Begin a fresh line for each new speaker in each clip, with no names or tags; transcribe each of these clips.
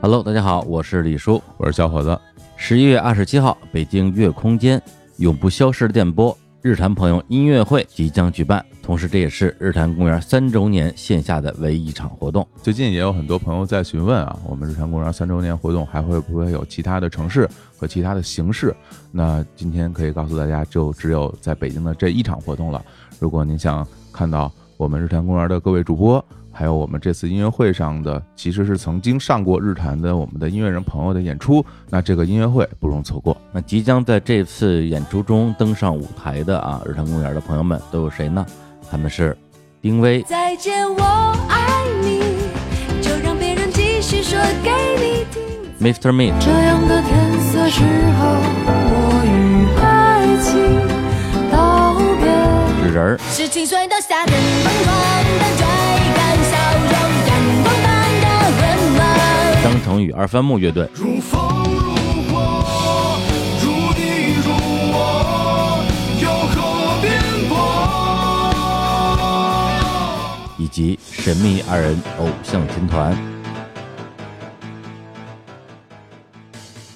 Hello，大家好，我是李叔。
我是小伙子，
十一月二十七号，北京月空间永不消失的电波日坛朋友音乐会即将举办，同时这也是日坛公园三周年线下的唯一一场活动。
最近也有很多朋友在询问啊，我们日坛公园三周年活动还会不会有其他的城市和其他的形式？那今天可以告诉大家，就只有在北京的这一场活动了。如果您想看到我们日坛公园的各位主播，还有我们这次音乐会上的其实是曾经上过日坛的我们的音乐人朋友的演出，那这个音乐会不容错过。
那即将在这次演出中登上舞台的啊，日坛公园的朋友们都有谁呢？他们是丁薇、
再见，我爱你，就让别人继续说给你听。
Mr. Mitch、
这样的天色适合我与爱情道别。
纸人儿、
是清水的夏天，疯狂的追赶笑容，阳光般的温暖。
张成宇二番木乐队、
如风如火，如你如我，又何辩驳？
以及神秘二人偶像军团。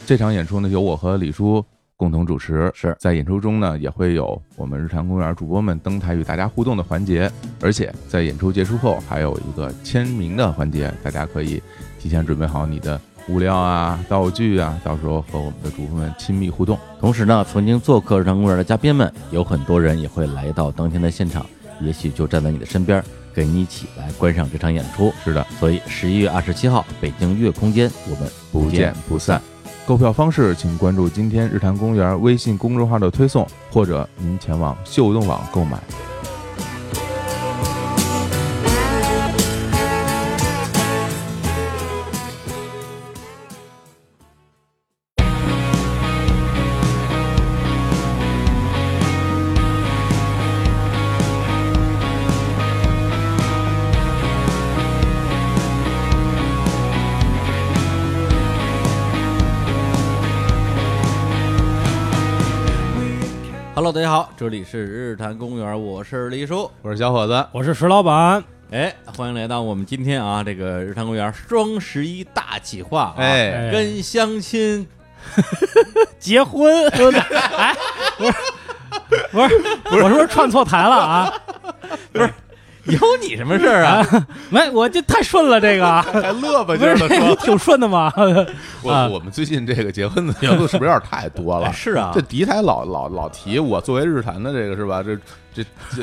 这场演出呢，由我和李叔共同主持。
是
在演出中呢，也会有我们日坛公园主播们登台与大家互动的环节，而且在演出结束后还有一个签名的环节，大家可以提前准备好你的物料啊、道具啊，到时候和我们的主播们亲密互动。
同时呢，曾经做客日常公园的嘉宾们，有很多人也会来到当天的现场，也许就站在你的身边，跟你一起来观赏这场演出。
是的，
所以十一月二十七号，北京月空间，我们
不见不散。购票方式，请关注今天日坛公园微信公众号的推送，或者您前往秀动网购买。
Hello，大家好，这里是日坛公园，我是黎叔。
我是小伙子，
我是石老板，
哎，欢迎来到我们今天啊，这个日坛公园双十一大企划、啊，
哎
跟相亲
结婚，哎，不是，不是，我是不是串错台了啊？哎
有你什么事儿 啊？
没，我这太顺了，这个
还乐吧
不是挺顺 的嘛？
我、
啊
我们最近这个结婚的元素是不是有点太多了？
是啊
这敌台老老老提我作为日坛的这个是吧？这这这，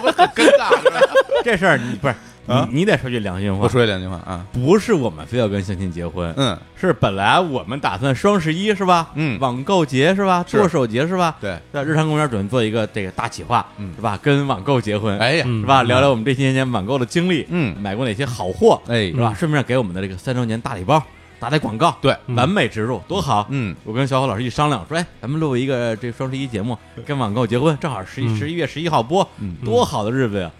我很尴尬是吧。
这事儿你不是、
啊
你，你得说句良心话
我，说一两句话啊，
不是我们非要跟相亲结婚，
嗯，
是本来我们打算双十一是吧？
嗯
网购节是吧？
是
剁手节是吧？
对，
在日常公园准备做一个这个大企划，
嗯
是吧？跟网购结婚，，
哎呀，
嗯
是吧？聊聊我们这些年网购的经历，
嗯
买过哪些好货，
哎嗯
是，吧？顺便给我们的这个三周年大礼包打打广告，
对，
嗯
完美植入，多好！
嗯，
我跟小伙老师一商量，说，哎，咱们录一个这双十一节目，跟网购结婚，正好十一
嗯
十一月十一号播，
嗯
多好的日子呀！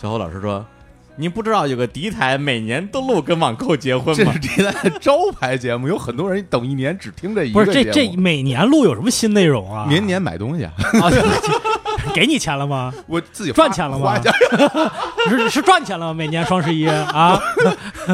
小伙老师说。你不知道有个敌台每年都录跟网购结婚
这
吗
是？敌台的招牌节目，有很多人等一年只听这一
不
个
是，这
节
这
目
每年录有什么新内容啊？
年年买东 西啊，
啊，给你钱 了吗？
我自己花
赚钱了吗
花钱，
是是赚钱了吗？每年双十一啊，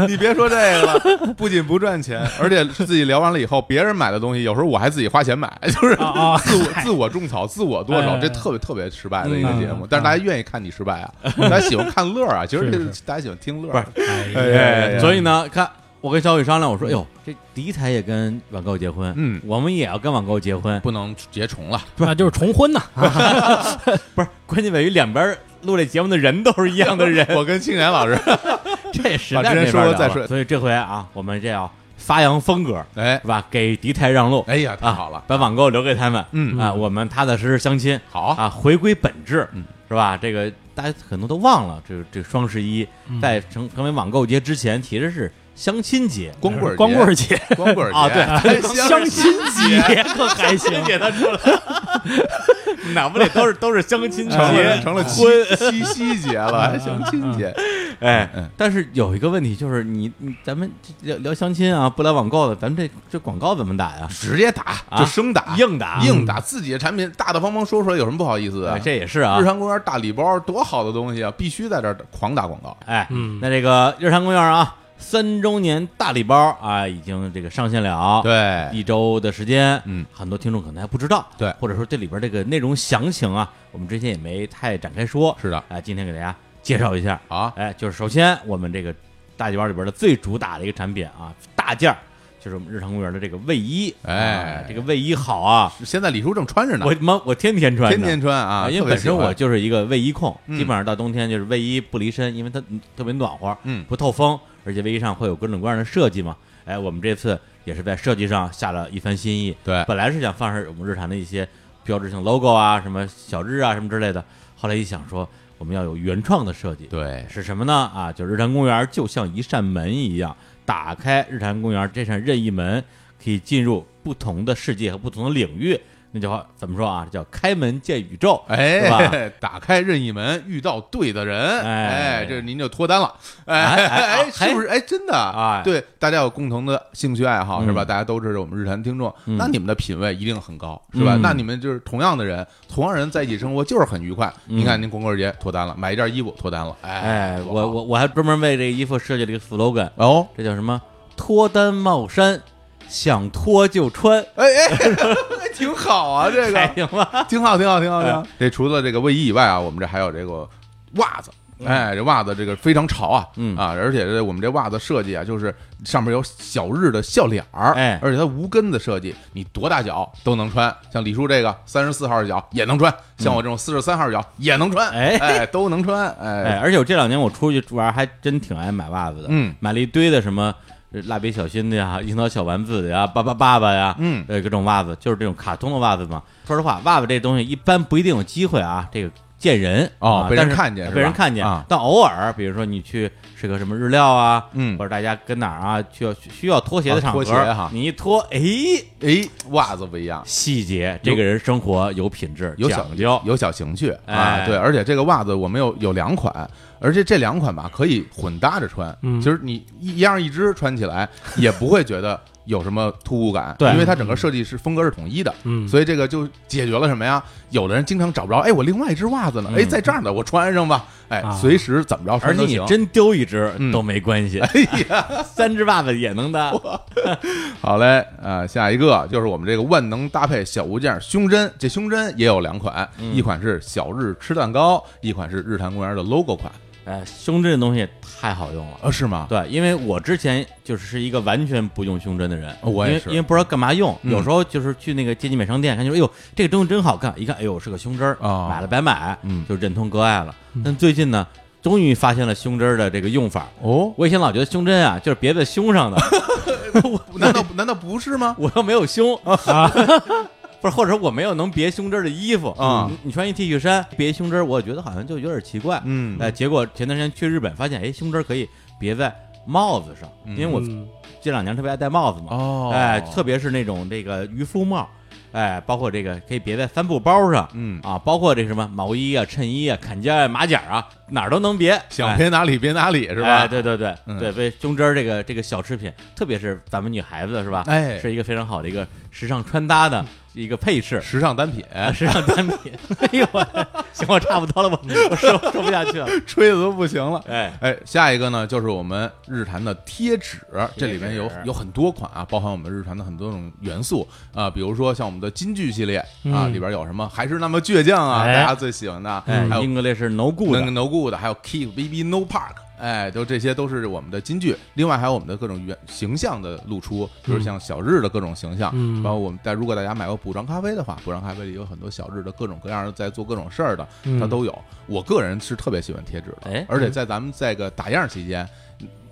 你别说这个了，不仅不赚钱，而且自己聊完了以后，别人买的东西，有时候我还自己花钱买，就是
啊啊
自我自我种草、自我剁手，
哎
这特别特别失败的一个节目。
嗯
但是大家愿意看你失败 啊，大家喜欢看乐啊，其实这
是
大家喜欢听乐
不
儿
是。
哎呀
哎呀呀
所以呢，看我跟小雨商量，我说，哎呦，这迪台也跟网购结婚，
嗯
我们也要跟网购结婚，
不能结重 了，
那就是重婚呐，
不是，关键在于两边录这节目的人都是一样的人，
我跟青 年老师，
这实
把
在
之前
没法
说
聊
过再
了
说
所以这回啊，我们这要发扬风格，
哎
是吧？给迪台让路，
哎呀，太
啊，
好了，
把网购留给他们，
嗯
啊，我们踏踏实实相亲，
好
啊，回归本质，
嗯
是吧？这个大家很多都忘了，这这双十一
嗯
在成成为网购节之前，其实是相亲节。
光棍儿节
光棍
光棍儿
儿节、
节哎
啊对
还
相亲节可还行，
给他出来， 脑子里都是都是相 亲
成了
节，
成了七七夕节了， 还相亲节，
哎
嗯，
但是有一个问题就是你，你咱们这聊聊相亲啊，不聊网购的，咱们这这广告怎么打呀？
直接打
啊
就生打，
硬打，
硬打自己的产品，大大方方说出来有什么不好意思的
哎？这也是啊
日。常公园大礼包多好的东西啊，必须在这儿狂打广告。
哎，
嗯
那这个日坛公园啊，三周年大礼包啊，已经这个上线了。。
对，
一周的时间，
嗯
很多听众可能还不知道，
对
或者说这里边这个内容详情啊，我们之前也没太展开说，
是的
哎、今天给大家介绍一下
啊
哎，就是首先我们这个大礼包里边的最主打的一个产品啊，大件儿，就是我们日常公园的这个卫衣，
哎
啊这个卫衣好啊，
现在李叔正穿着呢
我，妈我天天穿着，
天天穿啊，
因为
特别
本
喜
身
欢
我就是一个卫衣控，
嗯
基本上到冬天就是卫衣不离身，因为它嗯特别暖和，
嗯
不透风，而且卫衣上会有各种各样的设计嘛。哎，我们这次也是在设计上下了一番心意。
对
本来是想放上我们日常的一些标志性 logo 啊，什么小日啊，什么之类的，后来一想说我们要有原创的设计，，
对
是什么呢？啊，就是日坛公园就像一扇门一样，打开日坛公园这扇任意门，可以进入不同的世界和不同的领域。那句话怎么说啊？叫开门见宇宙，是吧？
哎，打开任意门，遇到对的人，
哎
哎，这您就脱单了，哎
哎哎
哎，
哎
是不是？哎，真的
哎
对，大家有共同的兴趣爱好
嗯
是吧？大家都是我们日坛听众，
嗯
那你们的品味一定很高是吧
嗯？
那你们就是同样的人，同样人在一起生活就是很愉快。你看，您光棍节脱单了，买一件衣服脱单了，
嗯哎，
多
我
好
我我还专门为这个衣服设计了一个 slogan，
哦，
这叫什么？脱单帽衫，想脱就穿，
哎哎，挺好啊，这 个
还行吧？
挺好，挺好，挺好，挺好。哎这除了这个卫衣以外啊，我们这还有这个袜子。哎，这袜子这个非常潮啊，
嗯
啊，而且这我们这袜子设计啊，就是上面有小日的笑脸儿，
哎
而且它无跟的设计，你多大脚都能穿。像李叔这个三十四号脚也能穿，像我这种四十三号脚也能穿，
哎
嗯哎，都能穿，
哎，
哎，
而且我这两年我出去玩还真挺爱买袜子的，
嗯，
买了一堆的什么呃蜡笔小新的呀、樱桃小丸子的呀、巴巴爸爸呀，
嗯
呃，各种袜子，就是这种卡通的袜子嘛。说实话，袜子这东西一般不一定有机会啊，这个。见人
哦
啊
被人
但是
看见是吧
被人看见
啊。
但偶尔，比如说你去吃个什么日料啊，
嗯
或者大家跟哪儿啊，需要需要脱鞋的
啊
场合，
脱鞋哈
你一脱，哎，
哎，袜子不一样，
细节，这个人生活有品质，
哎有小
讲究，
有小情趣
哎
啊，对，而且这个袜子我们有有两款，而且这两款吧可以混搭着穿，
嗯
其实你一一样一只穿 起来也不会觉得有什么突兀感，
对
因为它整个设计是风格是统一的，
嗯
所以这个就解决了什么呀？有的人经常找不着，哎，我另外一只袜子呢，哎，在这儿呢，我穿上吧，哎
啊，
随时怎么着
嗯而
穿
且
都
你
行。
真丢一只
嗯
都没关系，
哎呀，
三只袜子也能 搭。
好嘞，啊，下一个就是我们这个万能搭配小物件胸针，这胸针也有两款，
嗯
一款是小日吃蛋糕，一款是日坛公园的 logo 款。
哎，胸针这东西太好用了。
啊，是吗？
对，因为我之前就是是一个完全不用胸针的人，
哦我也
因为
是
因为不知道干嘛用，
嗯
有时候就是去那个街机美商店，看就说，哎呦，这个东西真好看，一看，哎呦，是个胸针儿，
哦
买了白买，
嗯
就忍痛割爱了。但最近呢，终于发现了胸针儿的这个用法。
哦，
我以前老觉得胸针啊，就是别在胸上的，
难道难道不是吗？
我又没有胸啊， 不是，或者说我没有能别胸针儿的衣服
啊
你你穿一 T 恤衫别胸针儿，我觉得好像就有点奇怪。
嗯
哎，结果前段时间去日本，发现哎，胸针儿可以别在帽子上，因为我
嗯
这两年特别爱戴帽子嘛。
哦
哎，特别是那种这个渔夫帽，哎，包括这个可以别在帆布包上，
嗯
啊，包括这个什么毛衣啊、衬衣啊、坎肩啊、马甲啊，哪儿都能别。
想
哎
别哪里别哪里是吧？
哎、对对对、
嗯
对，为胸针儿这个这个小饰品，特别是咱们女孩子是吧？
哎
是一个非常好的一个时尚穿搭的一个配饰。
时尚单品，
啊，时尚单品，哎呦我，行，我差不多了，我我说说不下去了。
吹的都不行了。
哎，
哎，下一个呢，就是我们日坛的贴纸，这里面有有很多款啊，包含我们日坛的很多种元素啊、比如说像我们的金句系列啊，
嗯
里边有什么还是那么倔强啊，
哎
大家最喜欢的，
哎
还有
，English is no good，
No No Good，还有 Keep Baby No Park，哎，都这些都是我们的金句。另外还有我们的各种原形象的露出，
嗯
就是像小日的各种形象，
嗯
包括我们在如果大家买过补妆咖啡的话，补妆咖啡里有很多小日的各种各样的在做各种事儿的，
嗯
它都有。我个人是特别喜欢贴纸的，
哎
而且在咱们这个打样期间。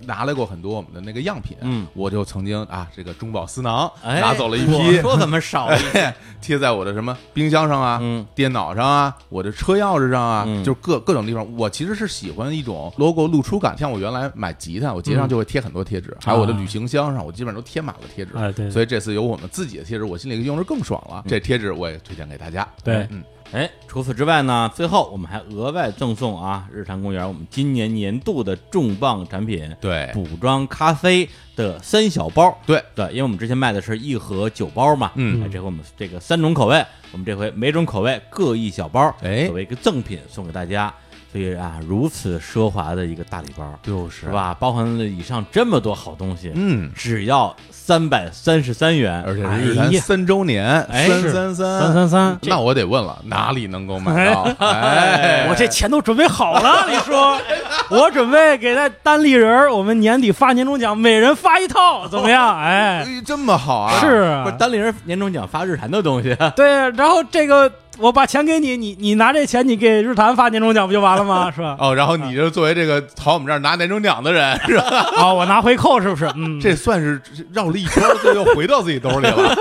拿来过很多我们的那个样品，
嗯
我就曾经啊，这个中饱私囊，
哎，
拿走了一
我
批，
说怎么少了一批？
哎贴在我的什么冰箱上啊、
嗯
电脑上啊、我的车钥匙上啊，
嗯
就是各各种地方。我其实是喜欢一种 logo 露出感，像我原来买吉他，我结
嗯
上就会贴很多贴纸，还有我的旅行箱上，我基本上都贴满了贴纸。
啊哎对嗯
所以这次有我们自己的贴纸，我心里用着更爽了。这贴纸我也推荐给大家。
对
嗯，
哎，除此之外呢，最后我们还额外赠送啊，日坛公园我们今年年度的重磅产品，
对
补妆咖啡的三小包。
对，
哎对，因为我们之前卖的是一盒九包嘛，
嗯
哎这回我们这个三种口味，我们这回每种口味各一小包，
哎
作为一个赠品送给大家。所以啊，如此奢华的一个大礼包，
就
是？
是
吧？包含了以上这么多好东西，
嗯，
只要三百三十三元，
而且
哎
是日坛
哎呀
三周年，
哎
三
是
三
嗯
三
三。
三三，
那我得问了，哪里能够买 到？哎，
我这钱都准备好了，你说，我准备给那单立人儿，我们年底发年终奖，每人发一套，怎么样？哎，
哎这么好啊？
是啊
不是单立人年终奖发日坛的东 西，
对，然后这个我把钱给你，你你拿这钱，你给日坛发年终奖不就完了吗？是吧？
哦，然后你就作为这个跑我们这儿拿年终奖的 人，是吧？
啊，我拿回扣是不是？嗯，
这算是绕了一圈，这又回到自己兜里 了。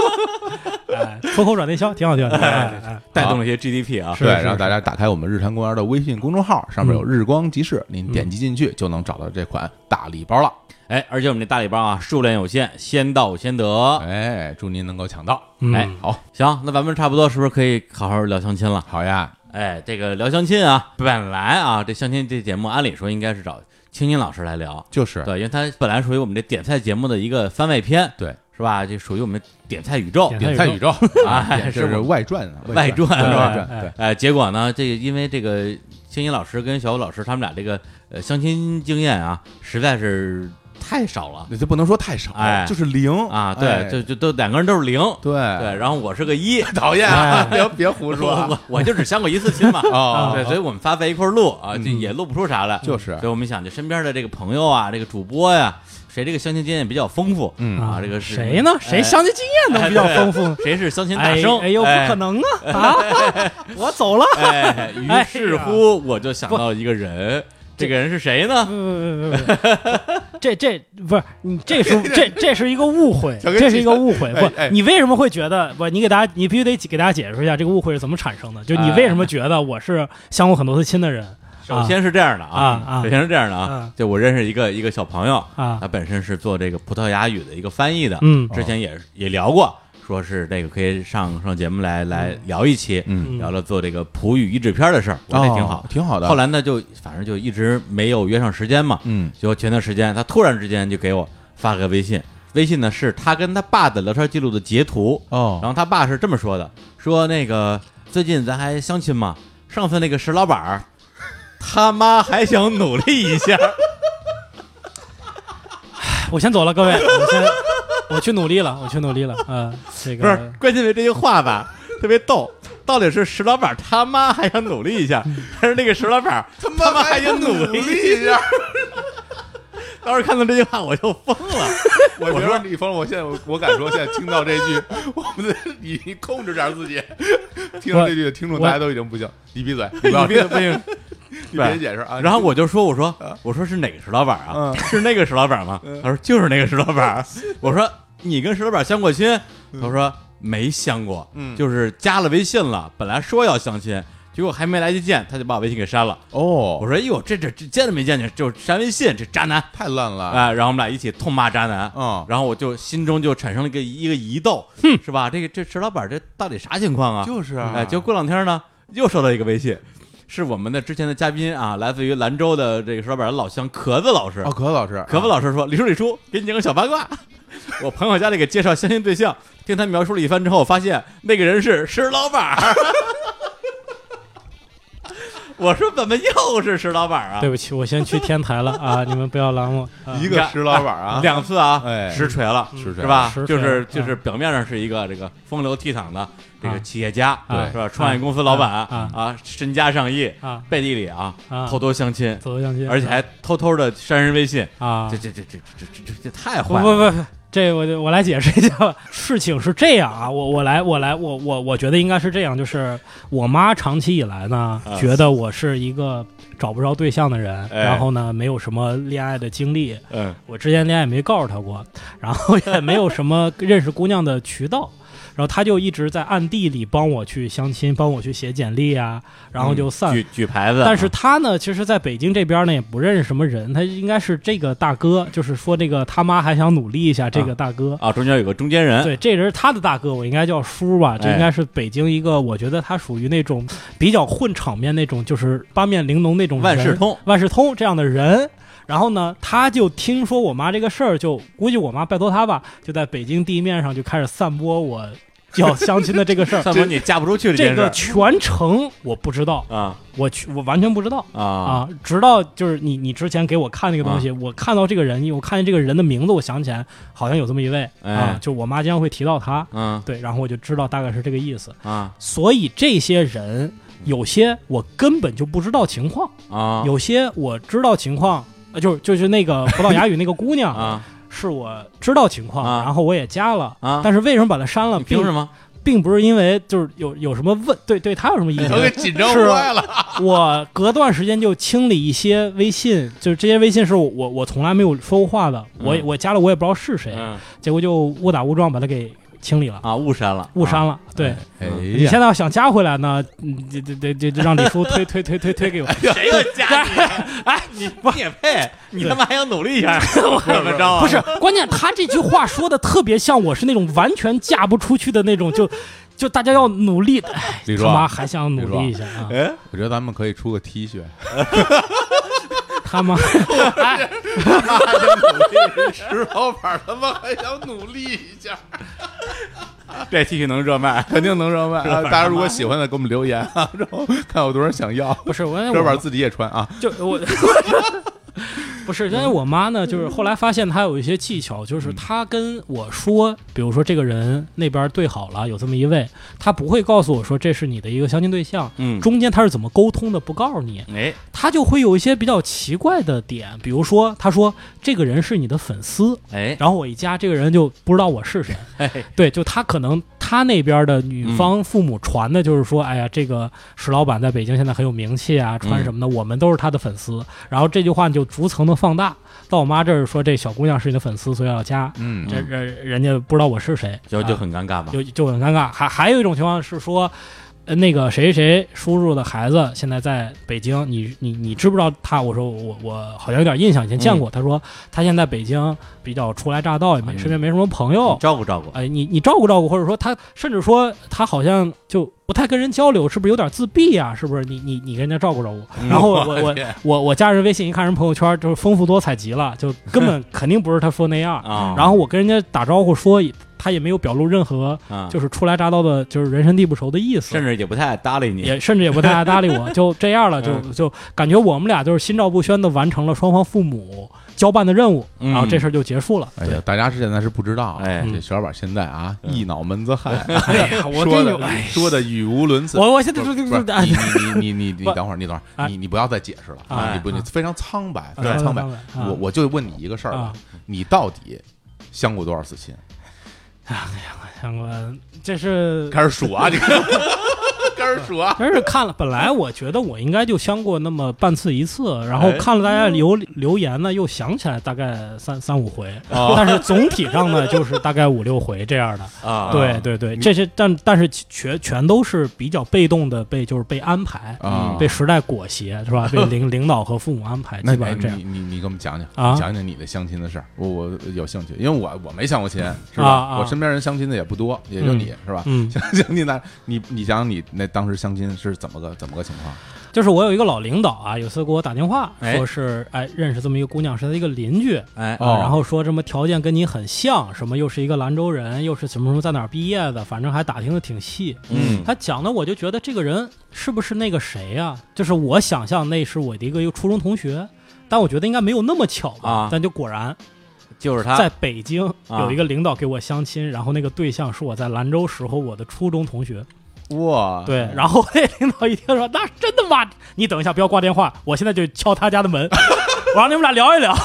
哎出口转内销挺好听的。哎哎
带动了一些 GDP 啊。
是
对，
是
然后大家打开我们日坛公园的微信公众号，上面有
嗯
日光集市，您点击进去就能找到这款大礼包了。
哎，而且我们这大礼包啊，数量有限，先到先得。
哎，祝您能够抢到。
嗯
哎
好，
行，那咱们差不多是不是可以好好聊相亲了？
好呀，
哎，这个聊相亲啊，本来啊，这相亲这节目按理说应该是找青青老师来聊，
就是
对，因为他本来属于我们这点菜节目的一个番外篇，
对
是吧？这属于我们点哦菜宇宙
点
点菜
菜
宇
宇
宙
哎
点这
是
是
我
外传啊，
外
传，
传
外
是吧？
传，对
哎，
哎，结果呢，这个因为这个青青老师跟小武老师他们俩这个呃相亲经验啊，实在是太少了
你就不能说太少，
哎
就是零
啊，对，
哎
就就都两个人都是零，
对
对，然后我是个 一，
讨厌啊，别别胡说
我
啊
我我就只相过一次亲嘛， 啊
哦嗯
对，所以我们仨在一块儿录啊，就也录不出啥来，
就是
所以我们想，就身边的这个朋友啊，这个主播呀、谁这个相亲经验比较丰富，
嗯
啊，这个是
谁呢？谁相亲经验能比较丰富？
谁是相亲大
哎
生？
哎呦，不可能啊！啊，我走了。
哎！哎，于是乎我就想到一个人，这个人是谁
嗯
呢？
不不不不不，嗯 这这不是你，这是这这是一个误会，
小哥
这是一个误会。
哎哎
不，你为什么会觉得不？你给大家，你必须得给大家解释一下这个误会是怎么产生的。就你
哎
为什么觉得我是相过很多次亲的人
首先是这样的
啊啊
首先是这样的
啊
就我认识一个一个小朋友，
啊
他？本身是做这个葡萄牙语的一个翻译的，
嗯
之前也也聊过，说是这个可以上上节目来来聊一期，
嗯
聊了做这个葡语译制片的事儿，我觉得挺好
哦。挺好的。
后来呢，就反正就一直没有约上时间嘛，
嗯，
结果前段时间他突然之间就给我发个微信，微信呢是他跟他爸的聊天记录的截图，然
哦，
后他爸是这么说的：说那个最近咱还相亲吗？上次那个石老板儿，他妈还想努力一下，
我先走了，各位，我先我去努力了，我去努力了。嗯，这
不是
个，
关键是这句话吧，特别逗。到底是石老板他妈还想努力一下，还是那个石老板儿
他妈
还得努力
力一下。
当时看到这句话我就疯了。
我觉得李峰，我现在我我敢说，现在听到这句，我们的你控制点自己。听到这句，听众
我
大家都已经不行，你闭嘴， 你不要
你别不行，
你啊嗯别解释啊。
然后我就说：“我说我说是哪个石老板啊？是那个石老板吗？”
嗯
他说：“就是那个石老板。”啊我说：“你跟石老板相过亲？”他说：“没相过，
嗯
就是加了微信了，本来说要相亲，结果还没来得及见，他就把我微信给删了。”我
哦，
说：“哎呦，这这这见都没见见就删微信，这渣男！”
太烂了，
哎、然后我们俩一起痛骂渣男，
啊嗯
然后我就心中就产生了一个一个疑窦，是吧？这个这石老板这到底啥情况啊？
就是
哎、
啊，
结果过两天呢，又收到一个微信，是我们的之前的嘉宾啊，来自于兰州的这个石老板的老乡壳子老师。
哦，可老师，
壳子老师说：“李叔，李叔，给你讲个小八卦。 我朋友家里给介绍相亲对象，听他描述了一番之后，我发现那个人是石老板儿。 我说怎么又是石老板儿啊？
对不起，我先去天台了啊！你们不要拦我。啊
一个石老板啊，
两次啊，
哎
实锤了，
实锤
是吧？
实锤
就是
嗯
就是表面上是一个这个风流倜傥的这个
啊
企业家，
对
是吧？创业公司老板
啊
啊，身家上亿
啊
背地里啊
啊
偷偷相亲，
走相亲，
而且还偷偷的删人微信，
啊
这，这这这这这这这太
不
坏
不
了，
不不，这我就我来解释一下吧。事情是这样啊，我我来我来我我我觉得应该是这样，就是我妈长期以来呢，
啊
觉得我是一个找不着对象的人，
哎
然后呢没有什么恋爱的经历，
嗯，
我之前恋爱没告诉她过，然后也没有什么认识姑娘的渠道。然后她就一直在暗地里帮我去相亲，帮我去写简历啊，然后就散
举举牌子，啊
但是他呢，其实在北京这边呢也不认识什么人，他应该是这个大哥，就是说这个他妈还想努力一下这个大哥。
啊，中间有个中间人，
对，这人是他的大哥，我应该叫叔吧？这
哎
应该是北京一个，我觉得他属于那种比较混场面那种，就是八面玲珑那种人
万事通
万事通这样的人。然后呢，他就听说我妈这个事儿，就估计我妈拜托他吧，就在北京地面上就开始散播我要相亲的这个事儿，
算不你嫁不出去
这
件事
个
儿
全程我不知道，
啊
我去我完全不知道
啊
啊，直到就是你你之前给我看那个东西，我看到这个人，我看见这个人的名字，我想起来好像有这么一位
哎
啊，就我妈经常会提到他，
啊
对，然后我就知道大概是这个意思。
啊
所以这些人有些我根本就不知道情况，
啊
有些我知道情况，呃，就是就是那个葡萄牙语那个姑 娘，
啊
是我知道情况，
啊
然后我也加了，
啊！
但是为什么把她删了？
你凭什
么？
么？
并不是因为就是有有什么问对对她有什么意 见，
紧
是
了。
我隔段时间就清理一些微信，就是这些微信是我我我从来没有说过话的，我
嗯
我加了我也不知道是谁，
嗯
结果就误打误撞把他给清理了，
啊，误删了，
误删了。对
哎
你
呀，
现在要想加回来呢， 嗯这这这这这让李叔推推推推推给我，
谁要加你？哎，你你也配？你他妈还要努力一 下，怎么着啊？
不是，关键他这句话说的特别像我是那种完全嫁不出去的那种，就就大家要努力的，哎
李叔
他妈还想
李
努
叔
力一下啊，
我觉得咱们可以出个 T 恤，
他妈。
石老板他妈还想努力一下，
这 T 恤能热卖，
肯定能热卖。啊大家如果喜欢的，给我们留言啊，然后看有多少人想要。
不是我，
石老
我
板自己也穿啊，
就我。不是，因为我妈呢，就是后来发现她有一些技巧，就是她跟我说，比如说这个人那边对好了，有这么一位，她不会告诉我说这是你的一个相亲对象，
嗯
中间她是怎么沟通的，不告诉你，
哎，
她就会有一些比较奇怪的点，比如说她说这个人是你的粉丝，
哎，
然后我一加这个人就不知道我是谁，对，就他可能他那边的女方父母传的就是说，哎呀，这个石老板在北京现在很有名气啊，穿什么的，我们都是他的粉丝。然后这句话就逐层的放大，到我妈这儿说这小姑娘是你的粉丝，所以要加。
嗯
这这人家不知道我是谁，
就就
啊
很尴尬嘛。
就就很尴尬。还还有一种情况是说。呃，那个谁谁叔叔的孩子现在在北京，你你你知不知道他？我说我我好像有点印象，以前见过。他说他现在北京比较初来乍到，也没
嗯
身边没什么朋友，
照顾照顾，
哎，你你照顾照顾，或者说他，甚至说他好像就不太跟人交流，是不是有点自闭呀、是不是你？你你跟人家照顾照顾。
嗯
然后我我
天
我我加人微信一看人朋友圈，就是丰富多彩极了，就 根本肯定不是他说那样。
啊，
然后我跟人家打招呼说，他也没有表露任何
啊，
就是初来乍到的，就是人生地不熟的意思
甚。至也不太搭理你，
也甚至也不太爱搭理我，就这样了，就就感觉我们俩就是心照不宣的完成了双方父母交办的任务，
嗯
然后这事儿就结束了。
哎呀，大家是现在是不知道啊，
哎
这石老板现在啊
嗯
一脑门子汗，
呀我
说
真有
的
哎
说的语无伦次。
我我现在
不
就是就
不是
就哎
你你你你你
不
等会儿，你等会儿，
哎
你你不要再解释了啊！
哎
你不你非常苍白，非
啊
常苍白
苍白。啊
我我就问你一个事儿吧
啊，
你到底相过多少次亲？
看过，这是
开始数啊，你看， 开始数啊。
真是看了。本来我觉得我应该就相过那么半次一次，然后
哎
看了大家留留言呢，又想起来大概三三五回，但是总体上呢，就是大概五六回这样的。
啊，
对对对，这些但但是全全都是比较被动的被就是被安排，
啊
被时代裹挟是吧？被领 领导和父母安排，
那哎
基本上这
你
样。
你你给我们讲讲，
啊
讲讲你的相亲的事儿，我我有兴趣，因为我我没相过亲，是
啊
吧？
啊
我身边人相亲的也不多，也就你是吧？
嗯，
相 相亲的，你你想想你那当时相亲是怎么个怎么个情况？
就是我有一个老领导啊，有次给我打电话
哎
说是哎认识这么一个姑娘，是他一个邻居，
哎，
哦
啊，然后说什么条件跟你很像，什么又是一个兰州人，又是什么什么在哪儿毕业的，反正还打听的挺细。
嗯
他讲的我就觉得这个人是不是那个谁呀、就是我想象那是我的一个一个初中同学，但我觉得应该没有那么巧吧。
啊
但就果然
就是他
在北京
啊
有一个领导给我相亲，然后那个对象是我在兰州时候我的初中同学。
哦哇，
对，然后那领导一听说那是真的吗？你等一下，不要挂电话，我现在就敲他家 的门，我让你们俩聊一聊。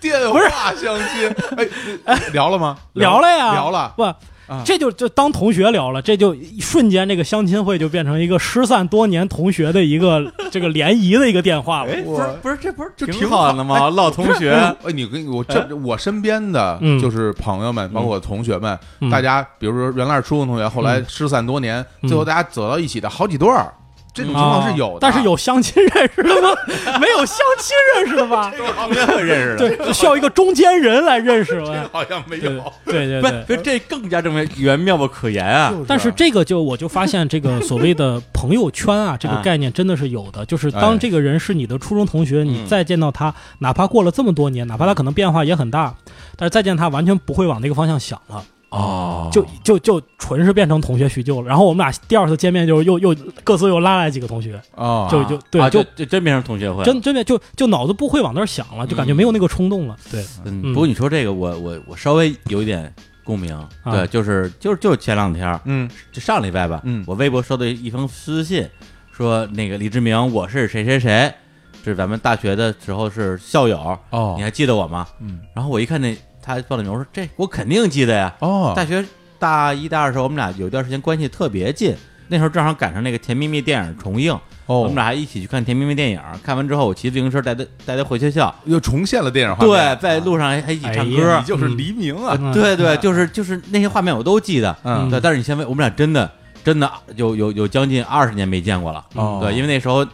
电话相亲， 哎，聊了吗？
聊了呀，
聊了。啊
不，这就就当同学聊了，这就瞬间这个相亲会就变成一个失散多年同学的一个 这个联谊的一个电话
哎
了。
哎不是不是，这不是就
挺
挺
好
好的吗？老同 学，
哎，你跟我这我身边的
嗯
就是朋友们，包括我同学们，
嗯
大家比如说原来是初中同学，后来失散多年，
嗯
最后大家走到一起的好几对儿，这种情况是有的，
啊但是 有相亲认识的吗？没有相亲认识的吧？
同学认识的。
对，就需要一个中间人来认识我。
好像没
对
有。
对对对
不，不，这更加证明缘妙不可言啊！
但是这个就我就发现这个所谓的朋友圈啊，这个概念真的是有 的。就是当这个人是你的初中同
哎
学，你再见到他，哪怕过了这么多年，哪怕他可能变化也很大，但是再见他完全不会往那个方向想了。
哦，
就就就纯是变成同学叙旧了。然后我们俩第二次见面就是又又各自又拉来几个同学，
哦
就就对
啊
就
就就真变成同学会了，
真真的就就脑子不会往那儿想了，就感觉
嗯
没有那个冲动了。对，
嗯，
嗯
不过你说这个，我我我稍微有一点共鸣，
啊
对，就是就是就是前两天儿，
嗯
就上礼拜吧，
嗯
我微博收到一封私信，说那个李志明，我是谁谁谁，是咱们大学的时候是校友，
哦
你还记得我吗？
嗯
然后我一看那他报的名，我说这我肯定记得呀，
哦
大学大一大二的时候，我们俩有一段时间关系特别近，那时候正好赶上那个《甜蜜蜜》电影重映，我们
哦，
俩还一起去看《甜蜜蜜》电影，看完之后我骑自行车带他带他回学校，
又重现了电哦影画
对
面，，
在路上还还一起唱
哎
歌
呀
你。就是黎明啊，
嗯
对对，就是就是那些画面我都记得，
嗯
对。但是你先问，我们俩真的真的有有有将近二十年没见过了，
哦
对，因为那时候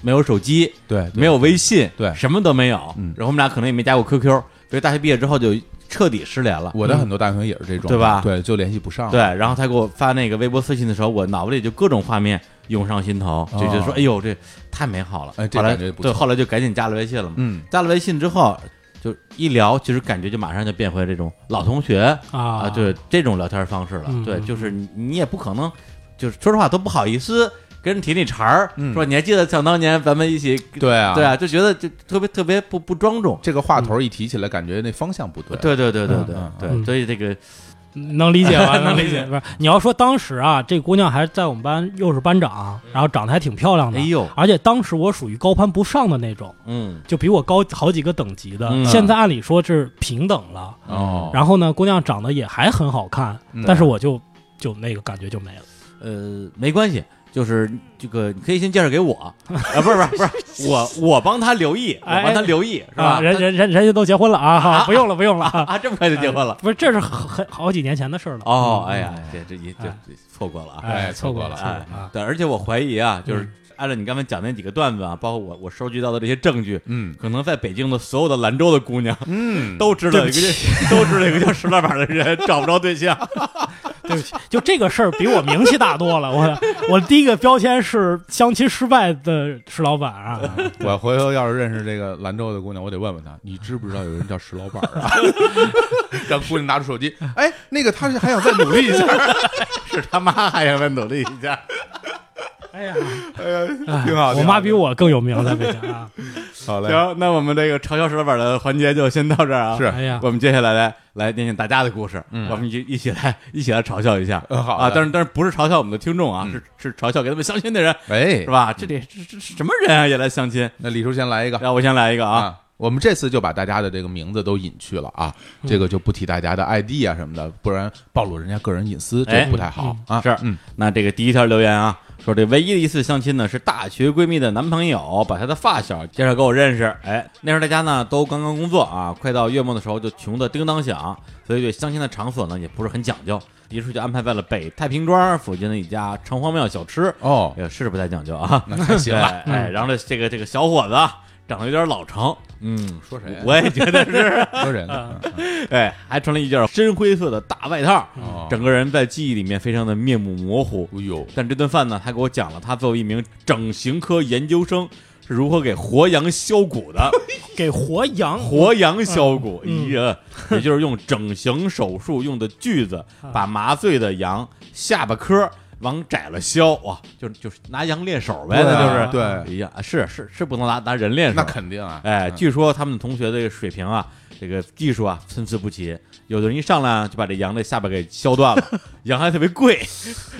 没有手机，
对，
没有微信，
对
什么都没有，
嗯
然后我们俩可能也没加过 QQ，所以大学毕业之后就彻底失联了。
我的很多大学同学也是这种，
对吧
对，就联系不上，
对，，然后他给我发那个微博私信的时候，我脑子里就各种画面涌上心头，就觉得说，
哦
哎呦，这太美好了。
哎这
后来
感觉不错
对，后来就赶紧加了微信了嘛。
嗯，
加了微信之后，就一聊，其实感觉就马上就变回这种老同学
啊，
啊，对这种聊天方式了。
嗯
对，
嗯
就是你你也不可能，就是说实话都不好意思跟人提那茬儿，
嗯
说你还记得想当年咱们一起
对啊，
对，啊，就觉得就特别特别不不庄重。
这个话头一提起来，感觉那方向不对，，
对对对对对
嗯
对，
嗯
所以这个
能理解吧？
能
能
理
理
解
解。不是，你要说当时啊，这姑娘还在我们班又是班长，然后长得还挺漂亮
嗯
的，
哎呦
而且当时我属于高攀不上的那种，
嗯
就比我高好几个等级的。
嗯
现在按理说是平等了。
哦，
然后呢，姑娘长得也还很好看，
嗯
但是我就就那个感觉就没了。
呃没关系。就是这个，你可以先介绍给 我，啊，不是不是不 是，我我帮他留意，我帮他留意，是吧？
哎啊，人
他
人人人家都结婚了啊，哈，不用了，不用了 啊。
啊，这么快就结婚了，
不是，这是很很好几年前的事儿了。
哦，
嗯
哎，呀，这这一这
哎
这错过了啊！
哎，
哎
错
错过
了，
了
错过了
哎
啊。
对，而且我怀疑啊，就是按照你刚才讲那几个段子啊，包括我我收集到的这些证据，
嗯
可能在北京的所有的兰州的姑娘
嗯，
都知道有一个 都知道有一个叫石老板的人找不着对象，
对不起，就这个事儿比我名气大多了。我我第一个标签是相亲失败的石老板啊，
我回头要是认识这个兰州的姑娘，我得问问她， 你知不知道有人叫石老板 啊？让姑娘拿出手机，哎，那个她是还想再努力一下，
是他妈还想再努力一下。
哎呀，
挺好。
我妈比我更有名在北京 啊。
好 嘞，
行，那我们这个嘲笑石老板的环节就先到这儿啊。
是
哎呀，
我们接下来来来念念大家的故事，我们一一起来一起来嘲笑一下，
嗯好
啊！
的
但是但是不是嘲笑我们的听众啊，是是嘲笑给他们相亲的人，
哎
是，吧？这得这这什么人啊也来相亲？
那李叔先来一个
让我先来一个啊，
啊。我们这次就把大家的这个名字都隐去了啊，这个就不提大家的 ID 啊什么的，不然暴露人家个人隐私，
哎
这不太好啊。
是
嗯，
那这个第一条留言啊，说这唯一的一次相亲呢，是大学闺蜜的男朋友把她的发小介绍给我认识。哎，那时候大家呢都刚刚工作啊，快到月末的时候就穷得叮当响，所以对相亲的场所呢也不是很讲究。于是就安排在了北太平庄附近的一家城隍庙小吃。
哦，
也是不太讲究啊，
那太行嗯了。
哎哎，然后呢，这个这个小伙子啊长得有点老成，嗯，
说谁啊
我也觉得 是，
说人呢？
哎，还穿了一件深灰色的大外套，
哦
整个人在记忆里面非常的面目模糊。
哎呦，
但这顿饭呢，他给我讲了他作为一名整形科研究生是如何给活羊削骨 的，
给活羊，
活羊削骨，哎
嗯
呀，也就是用整形手术用的锯子
啊
把麻醉的羊下巴颏儿往窄了削，哇，就是就是拿羊练手呗，
对
那就是
啊对，
一样啊，是是是不能拿拿人练手，
那肯定啊。
哎，
嗯
据说他们同学的水平啊，这个技术啊参差不齐，有的人一上来啊就把这羊的下巴给削断了， 羊还特别贵，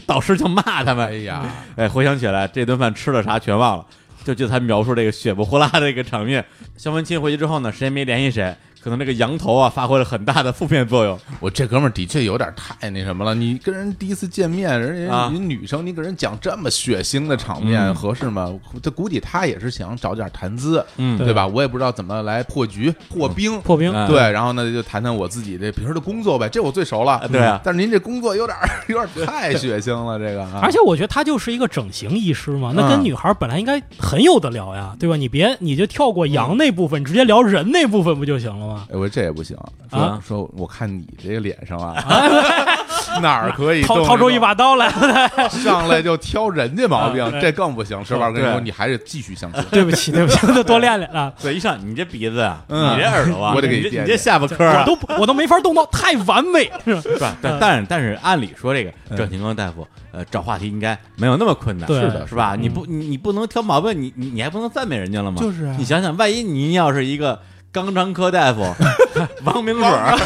导师就骂他
哎
们。
呀，
哎，回想起来这顿饭吃了啥全忘了，就就他描述这个血不呼啦的这个场面。肖文清回去之后呢，谁也没联系谁，可能这个羊头啊发挥了很大的负面作用。
我这哥们儿的确有点太那什么了。你跟人第一次见面，人家
啊
人女生，你给人讲这么血腥的场面
嗯
合适吗？这估计他也是想找点谈资，
嗯
对吧？我嗯也不知道怎么来破局、破冰。
破冰，
哎
对，然后呢，就谈谈我自己这平时的工作呗，这我最熟了
啊。对啊
但是您这工作有点 有点太血腥了，这个啊。
而且我觉得他就是一个整形医师嘛，那跟
嗯
女孩本来应该很有的聊呀，对吧？你别你就跳过
嗯
羊那部分，直接聊人那部分不就行了吗？
哎，我说这也不行，说、
啊
说我看你这个脸上啊， 哪儿可以
掏
动
掏出
动
一把刀来，
上来就挑人家毛病
啊，对
这更不行。石老师跟你说，
对
你还是继续相信。
对不起， 对不起，就多练练啊。
对，一上你这鼻子啊，
嗯
你这耳朵啊，
我得给
你
你
这
垫
你这
垫
下巴颏儿啊
我，都我都没法动刀，太完美 是吧？
是吧？但但但是，按理说这
嗯
个郑廷刚大夫，呃，找话题应该没有那么困难，
对是
的嗯
是吧？你不你你不能挑毛病，你你你还不能赞美人家了吗？
就是啊
你想想，万一您要是一个肛肠科大夫， 王明水儿，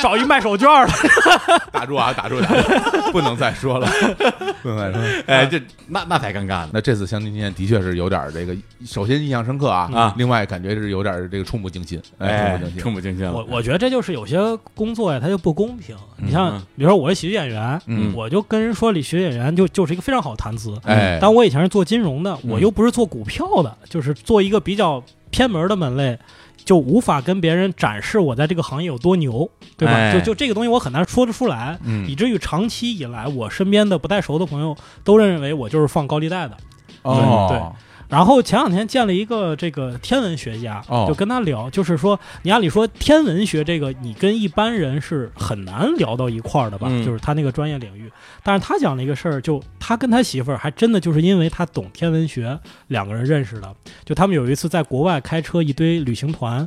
找一卖手绢的，
打住啊，打住，打住，不能再说了， 不能再说了。
哎，这那那才尴尬呢。
那这次相亲经验的确是有点儿这个，首先印象深刻啊，
啊
另外感觉是有点儿这个触目惊心，
哎
触目，惊
触
心。
目惊心了。
我我觉得这就是有些工作呀，它就不公平。你像
嗯，
比如说我是喜剧演员，
嗯
我就跟人说里喜剧演员就就是一个非常好的谈资。
哎，
但我以前是做金融的，我又不是做股票的，就是做一个比较偏门的门类，就无法跟别人展示我在这个行业有多牛，对吧？
哎
就就这个东西我很难说得出来，
嗯
以至于长期以来，我身边的不太熟的朋友都认为我就是放高利贷的。
哦，
然后前两天见了一个这个天文学家，
哦
就跟他聊，就是说，你按理说天文学这个，你跟一般人是很难聊到一块儿的吧？
嗯
就是他那个专业领域。但是他讲了一个事儿，就他跟他媳妇儿还真的就是因为他懂天文学，两个人认识的。就他们有一次在国外开车，一堆旅行团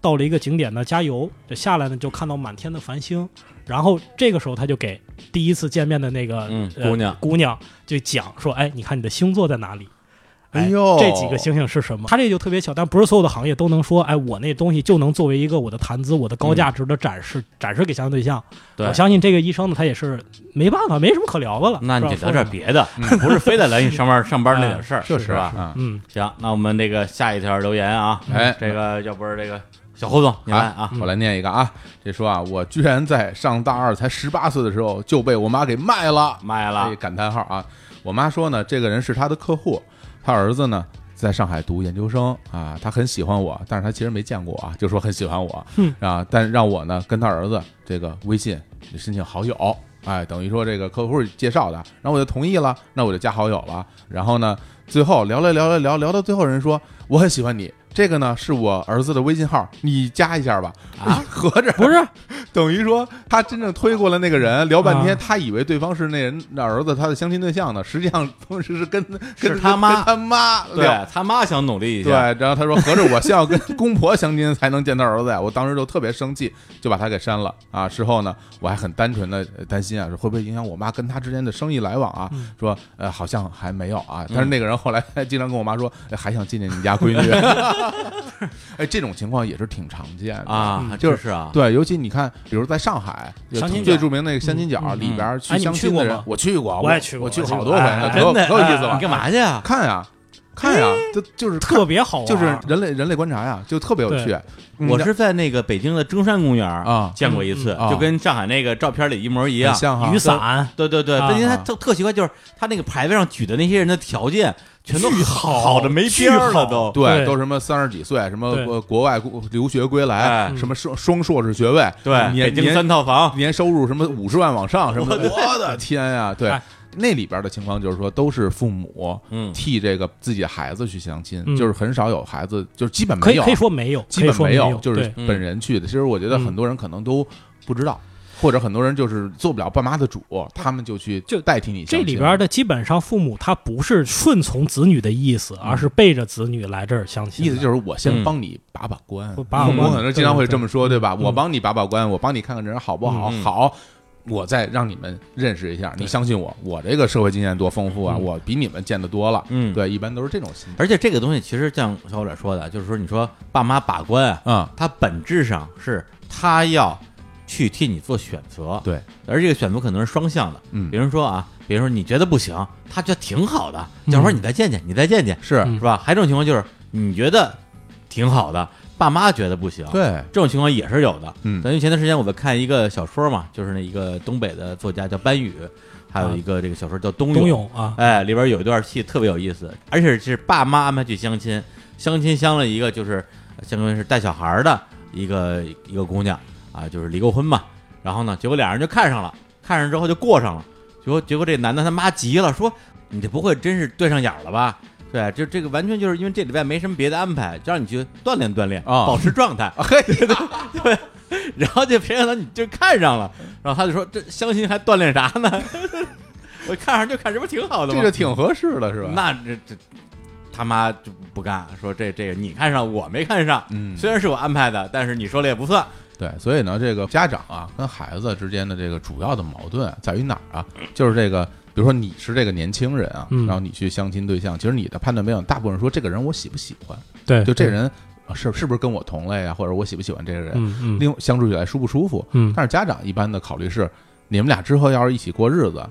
到了一个景点呢加油，就下来呢就看到满天的繁星，然后这个时候他就给第一次见面的那个、
嗯
呃
姑娘
姑娘就讲说，哎，你看你的星座在哪里？
哎呦
这几个星星是什么？他这就特别小，但不是所有的行业都能说，哎，我那东西就能作为一个我的谈资、我的高价值的展
嗯
示，展示给相亲对象。
对
我相信这个医生呢，他也是没办法，没什么可聊的了。
那你
不
就
知道
聊点
说什么。
别的， 不是非得来你上 班上班那点事儿，
嗯就是
是吧？
啊，
嗯，
行，那我们这个下一条留言啊，
哎，
这个要不是这个小胡总，你来啊，
我来念一个啊，这说啊，我居然在上大二才十八岁的时候就被我妈给卖了，
卖
哎
了，
感叹号啊！我妈说呢，这个人是她的客户，她儿子呢在上海读研究生啊，她很喜欢我，但是她其实没见过我啊，就说很喜欢我，
嗯
啊，但让我呢跟她儿子这个微信申请好友。哎，等于说这个客户介绍的，然后我就同意了，那我就加好友了。然后呢，最后聊了聊了聊，聊到最后人说我很喜欢你，这个呢是我儿子的微信号，你加一下吧。啊， 合着
不是，
等于说他真正推过了那个人，聊半天，
啊
他以为对方是那人的儿子，他的相亲对象呢，实际上当时是跟跟
是他妈
跟他妈聊
对他妈想努力一
对，
下，
然后他说合着我先要跟公婆相亲才能见他儿子呀，我当时就特别生气，就把他给删了啊。事后呢，我还很单纯的担心啊，说会不会影响我妈跟他之间的生意来往啊？
嗯
说呃好像还没有啊，但是那个人后来还经常跟我妈说，哎还想见见你家闺 女， 哎，这种情况也是挺常见的
啊，还
嗯就
真
是
是啊，
对，尤其你看，比如在上海，
相亲角
最著名那个相亲角里边
哎
去
你
相
们去
亲
过
的人
吗，
我去过，
我
我
也去过
我去
我
过
去
好
过
多回
哎
呢，
哎
可有
真的
可有意思
哎
了
你。干嘛去啊？
看呀，看呀，这就是看
特别好啊玩，
就是人类人类观察呀，就特别有趣
对。
嗯
我是在那个北京的中山公园
啊
见过一次
嗯嗯，啊
就跟上海那个照片里一模一
很
样。
像哈
雨，伞。
对对对，
啊
但因为他
啊
特特奇怪，就是他那个牌位上举的那些人的条件全都
巨
好
好
好的没边儿
巨好
了都。
对，
对
都什么三十几岁，什么
对
呃国外国留学归来，
哎
什么双双硕士学位，
对，北
年
京三
年
套房，
年收入什么五十万往上，什么的我的天呀，对
哎。
那里边的情况就是说，都是父母
嗯
替这个自己的孩子去相亲，
嗯
就是很少有孩子，就是基本
可
没
以
有，啊
可以说没有，
基本
可以说没
有，就是
对嗯
嗯
本人去的。其实我觉得很多人可能都不知道，或者很多人就是做不了爸妈的主，他们就去
就
代替你相
这
亲。
里边的基本上父母他不是顺从子女的意思，而是背着子女来这儿相
嗯
亲
意
的。
思就是我先帮你把把关，
嗯我把把关
我可能经常会这么说，对吧？
嗯
我帮你把把关，我帮你看看这人好不好，
嗯
好。我再让你们认识一下，你相信我，我这个社会经验多丰富啊！
嗯
我比你们见得多了，
嗯
对，一般都是这种心态
而且这个东西其实像小伙者说的，就是说你说爸妈把关啊，
啊、
它本质上是他要去替你做选择，
对，
而这个选择可能是双向的，
嗯
比如说啊，比如说你觉得不行，他觉得挺好的，
嗯
要不然你再见见，你再见见，
是
嗯
是吧？还有一种情况就是你觉得挺好的，爸妈觉得不行，
对，
这种情况也是有的。
嗯
咱因为前段时间我在看一个小说嘛，就是那一个东北的作家叫班宇，还
啊
有一个这个小说叫冬
冬泳啊，
哎，里边有一段戏特别有意思，而且是爸妈安排去相亲，相亲相了一个就是相当于是带小孩儿的一个一个姑娘啊，就是离过婚嘛。然后呢，结果俩人就看上了，看上之后就过上了。结果结果这男的他妈急了，说你这不会真是对上眼儿了吧？对，就这个完全就是因为这礼拜没什么别的安排，就让你去锻炼锻炼，
啊
保持状态。
嘿，
然后这培养堂你就看上了，然后他就说这相亲还锻炼啥呢？ 我看上就看，这不挺好的吗？
这就挺合适的，是吧？
那这这他妈就不干，说这这个你看上我没看上，
嗯
虽然是我安排的，但是你说了也不算，
对，所以呢，这个家长啊跟孩子之间的这个主要的矛盾在于哪儿啊？就是这个，比如说你是这个年轻人啊，
嗯
然后你去相亲对象，其实你的判断标准大部分说这个人我喜不喜欢，
对，
就这
对，
人啊是是不是跟我同类啊，或者我喜不喜欢这个人，
嗯嗯
另相处起来舒不舒服。
嗯
但是家长一般的考虑是，你们俩之后要是一起过日子，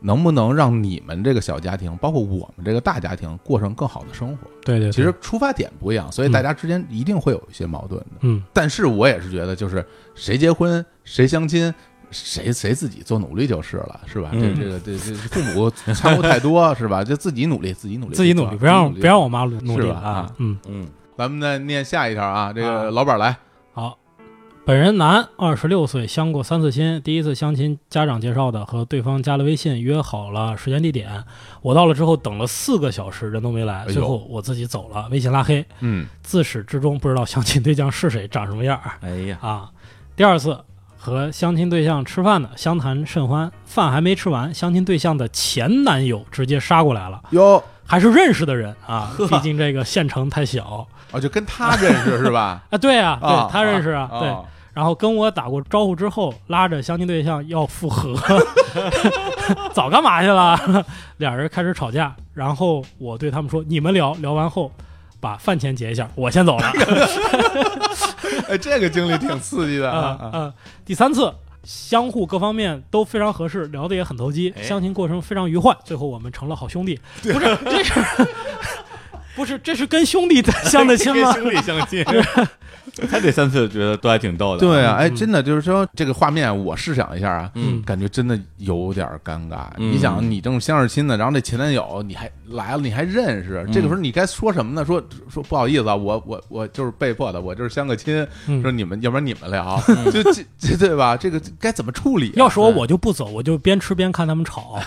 能不能让你们这个小家庭，包括我们这个大家庭，过上更好的生活？
对对，
其
对
实出发点不一样，所以大家之间一定会有一些矛盾的。
嗯
但是我也是觉得，就是谁结婚谁相亲。谁谁自己做努力就是了，是吧？这
嗯
这个这这父母掺和太多， 是吧？就自己努力，自己努力，
自己努力，不让不让我妈努努
是
力
吧
啊
啊，
嗯。
嗯，
咱们再念下一条啊，这个
啊
老板来，
好，本人男，二十六岁，相过三次亲。第一次相亲，家长介绍的，和对方加了微信，约好了时间地点。我到了之后，等了四个小时，人都没来，
哎呦
最后我自己走了，微信拉黑。
嗯，
自始至终不知道相亲对象是谁，长什么样儿
哎呀，
啊。第二次和相亲对象吃饭呢，相谈甚欢，饭还没吃完，相亲对象的前男友直接杀过来了，
哟，
还是认识的人啊， 毕竟这个县城太小
哦，就跟他认识是 吧？
啊。对啊，
啊
对他认识
啊
啊，，对。
哦
然后跟我打过招呼之后，拉着相亲对象要复合，早干嘛去了？俩人开始吵架，然后我对他们说：“你们聊聊完后，把饭钱结一下，我先走了。
哎，这个经历挺刺激的
呃”
啊啊，
呃第三次。相互各方面都非常合适，聊得也很投机，
哎
相亲过程非常愉快，最后我们成了好兄弟。不是，这是不是这是跟兄弟相的亲
跟
吗？
兄弟相亲，他这三次觉得都还挺逗的，
对啊，哎，
嗯
真的就是说这个画面，我试想一下啊，
嗯
感觉真的有点尴尬。
嗯
你想，你正相着亲呢，然后那前男友你还来了，你还认识，这个时候你该说什么呢？说说不好意思啊，我我我就是被迫的，我就是相个亲，
嗯
说你们要不然你们聊， 就这这对吧？这个该怎么处理啊？
要是我我就不走，我就边吃边看他们吵。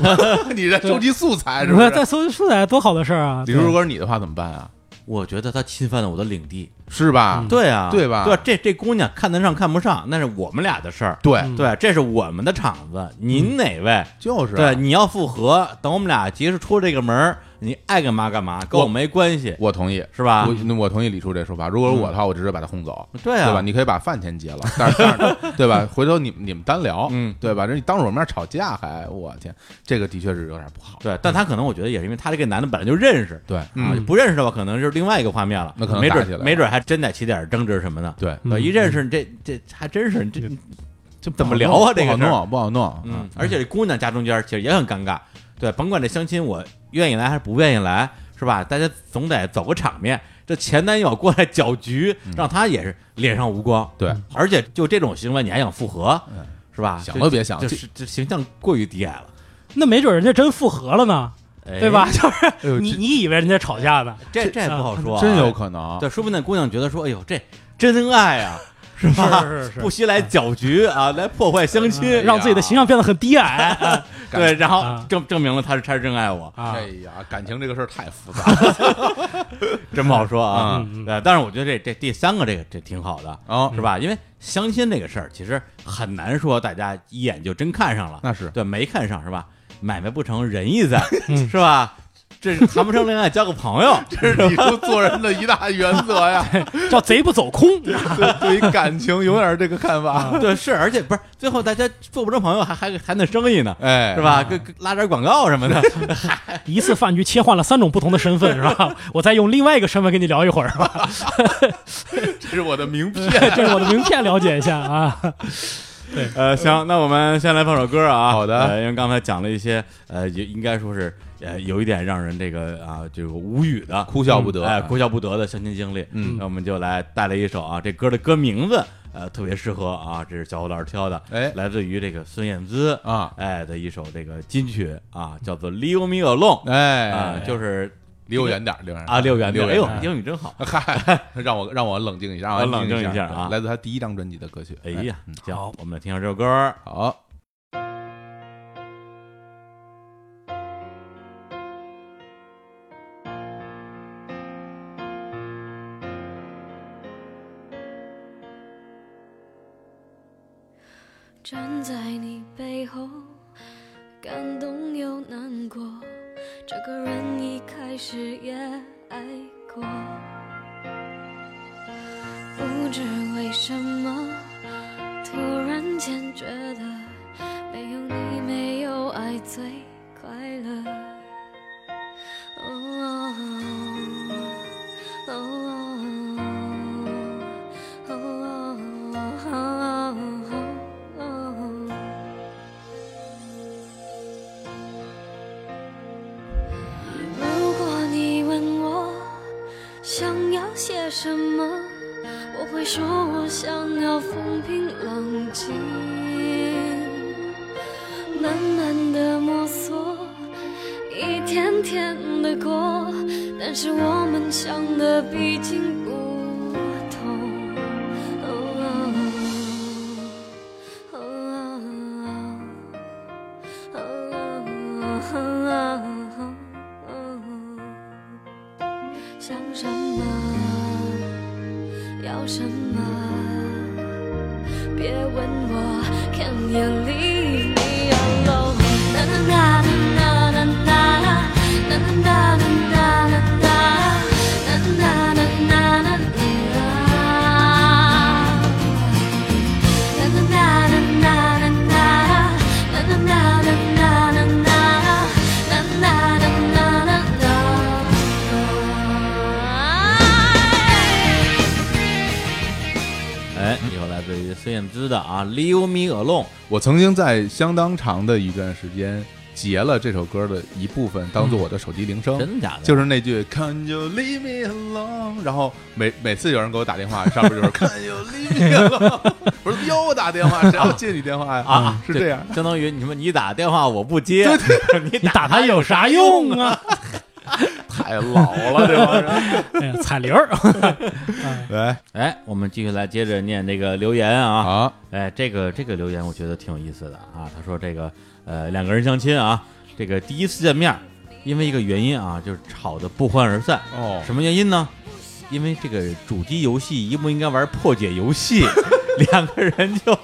你在收集素材是
不
不
是
哎是？
在搜素材多好的事儿啊！
李如果是你的话怎么办啊？
我觉得他侵犯了我的领地，
是吧？
嗯
对啊，
对吧
对，这这姑娘看得上看不上，那是我们俩的事儿，
对，
嗯
对，这是我们的场子，您哪位？
就是啊
对，你要复合，等我们俩结束出这个门儿，你爱干嘛干嘛，跟我
我
没关系，
我同意。
是吧？
我我同意李叔这说法。如果是我的话，我直接把他轰走，
对
对吧？
啊，
你可以把饭钱结了，但是但 是对吧？回头你们你们单聊，
嗯，
对吧？这你当着我面吵架还，我天，这个的确是有点不好。
对，但他可能我觉得也是因为他这个男的本来就认识，
对，
啊
嗯，
不认识的话，可能就是另外一个画面了，
那可能
没
打起来
准
了
没准还真得起点争执什么的。
对，
嗯
对，一认识你这这还真是你这
这
怎么聊啊这个
不
事
好
儿
弄，不好弄。
嗯，而且这姑娘夹中间儿其实也很尴尬，对，甭管这相亲我愿意来还是不愿意来，是吧？大家总得走个场面。这前男友过来搅局，让他也是脸上无光。
嗯对，
而且就这种行为，你还想复合
嗯，
是吧？
想
这
都别想
这
这
是这形象过于低矮了，
那没准人家真复合了呢，
哎
对吧？？ 就是
呦
你
这
你以为人家吵架呢？
这这也不好说啊，
真有可能。
对，说不定那姑娘觉得说，哎呦，这真爱啊，是哎吧？
是是是
不惜来搅局啊，来破坏相亲，
让自己的形象变得很低矮
对，然后
啊
证证明了他是他是真爱我，
啊
哎！呀，感情这个事儿太复杂 了
真不好说啊。
嗯嗯
对，但是我觉得这这第三个这个这挺好的，
啊
是，吧？因为相亲这个事儿，其实很难说大家一眼就真看上了，
那是
对，没看上是吧？买卖不成仁义在，
嗯
是吧？这是谈不上恋爱，交个朋友，
这是李叔做人的一大原则 呀，
叫贼不走空，
对对于感情永远是这个看法。
对，是，而且不是最后大家做不成朋友，还还还弄生意呢，
哎，
是？吧？跟跟拉点广告什么的，
一次饭局切换了三种不同的身份，是吧？我再用另外一个身份跟你聊一会儿吧，
这是我的名片。
这是我的名片，了解一下啊。
呃，行，那我们先来放首歌啊。
好的
呃因为刚才讲了一些，呃，也应该说是，呃，有一点让人这个啊，这个无语的，
哭笑不得
哎，哭笑不得的相亲经历。
嗯
那我们就来带来一首啊，这歌的歌名字，呃，特别适合啊，这是小虎老师挑的，
哎
来自于这个孙燕姿
啊
哎的一首这个金曲啊，叫做《Leave Me Alone》啊
哎，，
就是
离我远点儿，离我远点儿
啊，六元的，
离我
哎
远
呦
点儿，
英语真好，
嗨，让我让我冷静一下，
我
让
冷静一下
对
啊
来自他第一张专辑的歌曲。
哎，呀，行
好，
我们来听下这首歌儿。
好，
「
站在你背后，感动又难过。这个人一开始也爱过，不知为什么，突然间觉得没有你，没有爱最快乐。哦哦哦哦哦哦如果你问我想要些什么，我会说我想要风平浪静，慢慢的摸索，一天天的过，但是我们想的毕竟不同。Oh, 哦哦哦哦哦哦哦哦想什么，要什么，别问我，看眼里你 alone。啦啦啦啦啦啦啦啦啦啦啦啦啦啦啦啦啦啦啦。
哎，以后来自于孙燕姿的啊《Leave Me Alone》，
我曾经在相当长的一段时间截了这首歌的一部分，当做我的手机铃声。
嗯真的假的？
就是那句 Can you leave me alone？然后每每次有人给我打电话，上面就是 Can you leave me alone？我说又打电话，谁要接你电话呀？
啊，
是这样。，
相当于你们你打电话我不接，你
你打他有啥用啊？
太老了，这帮人。
哎呀彩铃儿，
来，
哎，我们继续来接着念这个留言啊。
好，
哎，这个这个留言我觉得挺有意思的啊。他说这个呃两个人相亲啊，这个第一次见面，因为一个原因啊，就是吵得不欢而散。
哦，
什么原因呢？因为这个主机游戏应不应该玩破解游戏， 两个人就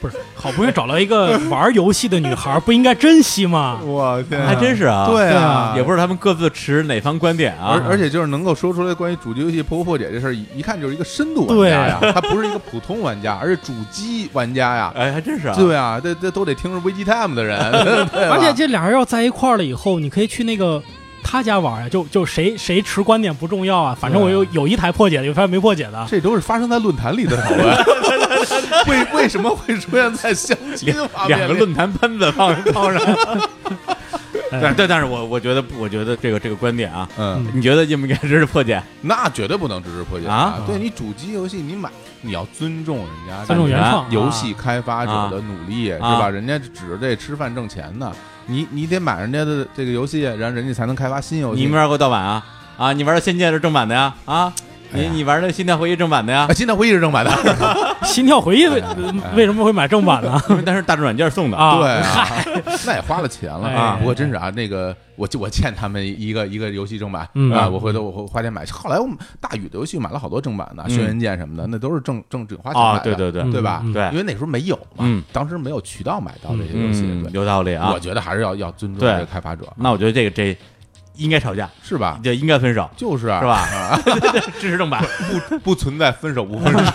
不是好不容易找到一个玩游戏的女孩，不应该珍惜吗？
我天啊，
还真是啊。
对啊，
也不知道他们各自持哪方观点
而
啊。
而且就是能够说出来关于主机游戏破不破解这事儿，一一看就是一个深度玩家呀，他不是一个普通玩家，而是主机玩家呀。
哎，还真是啊。
对啊，这这都得听着 VGTime 的人，
而
而
且这俩人要在一块儿了以后，你可以去那个他家玩呀，就就谁谁持观点不重要啊，反正我有有一台破解的，有一台没破解的。
这都是发生在论坛里的讨 论，为为什么会出现在相亲方面？
两个，论坛喷子放放上。 但但但是我我觉得不我觉得这个这个观点啊，
嗯，
你觉得应不应该支持破解？
那绝对不能支持破解
啊
对你主机游戏，你买你要尊重人家
尊重原创啊
游戏开发者的努力，是
啊
吧？人家指着这吃饭挣钱呢，你你得买人家的这个游戏，然后人家才能开发新游戏。
你们玩过盗版啊？啊，你玩的《仙剑》是正版的呀？啊，
哎
你
呀
你玩的《心跳回忆》正版的呀
啊，？现在会一直正版的，
心跳回忆为呃为什么会买正版 呢？
因为但是大众软件送的。
啊，
对啊，那也花了钱了啊
哎。
不过真是啊，那个我就我欠他们一个一个游戏正版
嗯
啊，我回头我会花钱买。后来我们大宇的游戏买了好多正版的，《轩辕剑》什么的，那都是正正正花
嗯
钱
啊，
买
对
的，
对对
嗯
对吧？
嗯
对
因为那时候没有嘛
嗯，
当时没有渠道买到这些游戏。
嗯，
对，
有道理啊
我。觉得还是要要尊重
对
这个开发者，
那我觉得这个这应该吵架，
是吧？
这应该分手，
就是
是？
啊
吧？支持正 版，
不不存在分手不分手，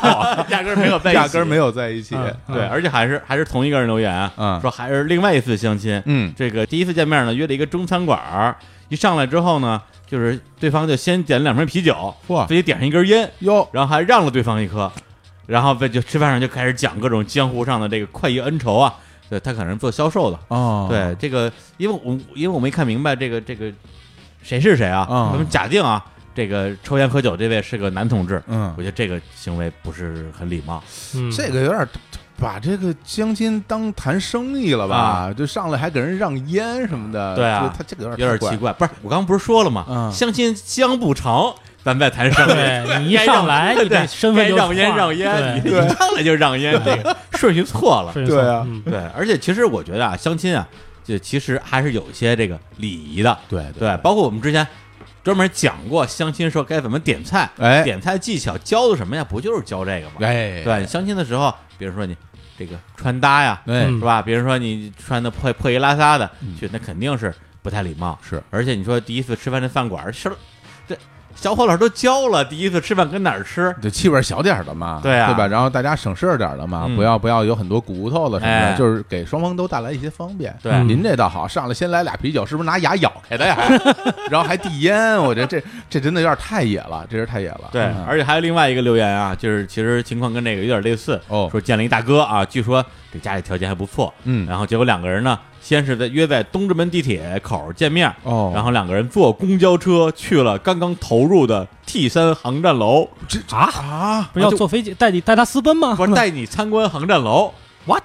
压根儿没有 在一起，
哦压根儿没有在一起。
嗯
对，而且还是还是同一个人留言啊
嗯
说还是另外一次相亲，
嗯
这个第一次见面呢，约了一个中餐馆儿，一上来之后呢，就是对方就先点了两瓶啤酒，
嚯
自己点上一根烟，
哟，
然后还让了对方一颗，然后在就吃饭上就开始讲各种江湖上的这个快意恩仇啊，对他可能是做销售的，
哦，
对这个，因为我因为我没看明白这个这个谁是谁啊，
嗯
哦
咱们假定啊，这个抽烟喝酒这位是个男同志，
嗯
我觉得这个行为不是很礼貌，
嗯
这个有点儿把这个相亲当谈生意了吧？
啊
就上来还给人让烟什么的，
对啊
就他这个有
有
点
点
儿
奇
怪。
怪。不是，我刚刚不是说了吗？
嗯
相亲相不成，咱们再谈生意。
对你一上来
对
你这身份
该
就
让烟
换
让烟，你
对
一上来就让烟， 这个顺序错了。
是
对啊
嗯
对，而且其实我觉得啊，相亲啊，就其实还是有一些这个礼仪的。
对
对，包括我们之前专门讲过相亲时候该怎么点菜，
哎
点菜技巧教的什么呀？不就是教这个吗？
哎，
对，你相亲的时候，比如说你这个穿搭呀，
对
是吧？比如说你穿的破破衣拉撒的去，那肯定是不太礼貌。
嗯是，
而且你说第一次吃饭这饭馆吃了，这小伙老师都教了，第一次吃饭跟哪儿吃？
就气味小点儿的嘛，
对啊
对吧？然后大家省事儿点儿的嘛，
嗯
不要不要有很多骨头了什么
哎
的，就是给双方都带来一些方便。
对哎
您这倒好，上来先来俩啤酒，是不是拿牙咬开的呀？然后还递烟，我觉得这这真的有点太野了，这是太野了。
对，
嗯
而且还有另外一个留言啊，就是其实情况跟这个有点类似
哦
说见了一大哥啊，据说这家里条件还不错，
嗯
然后结果两个人呢，先是在约在东直门地铁口儿见面，
哦
然后两个人坐公交车去了刚刚投入的 T 三航站 楼，
啊，
不是要坐飞机带你带他私奔吗？
不是带你参观航站 楼。
what？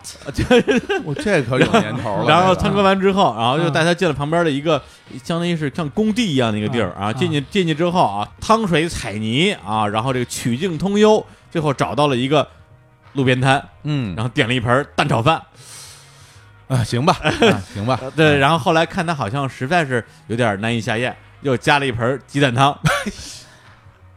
我这可有年头了。
然后
这个
参观完之后，然后就带他进了旁边的一个，相当于是像工地一样的一个地儿啊。
啊
进去进去之后啊，汤水彩泥啊，然后这个曲径通幽，最后找到了一个路边摊，
嗯
然后点了一盆蛋炒饭。哎
啊，行吧，啊行吧，
对，然后后来看他好像实在是有点难以下咽，又加了一盆鸡蛋汤。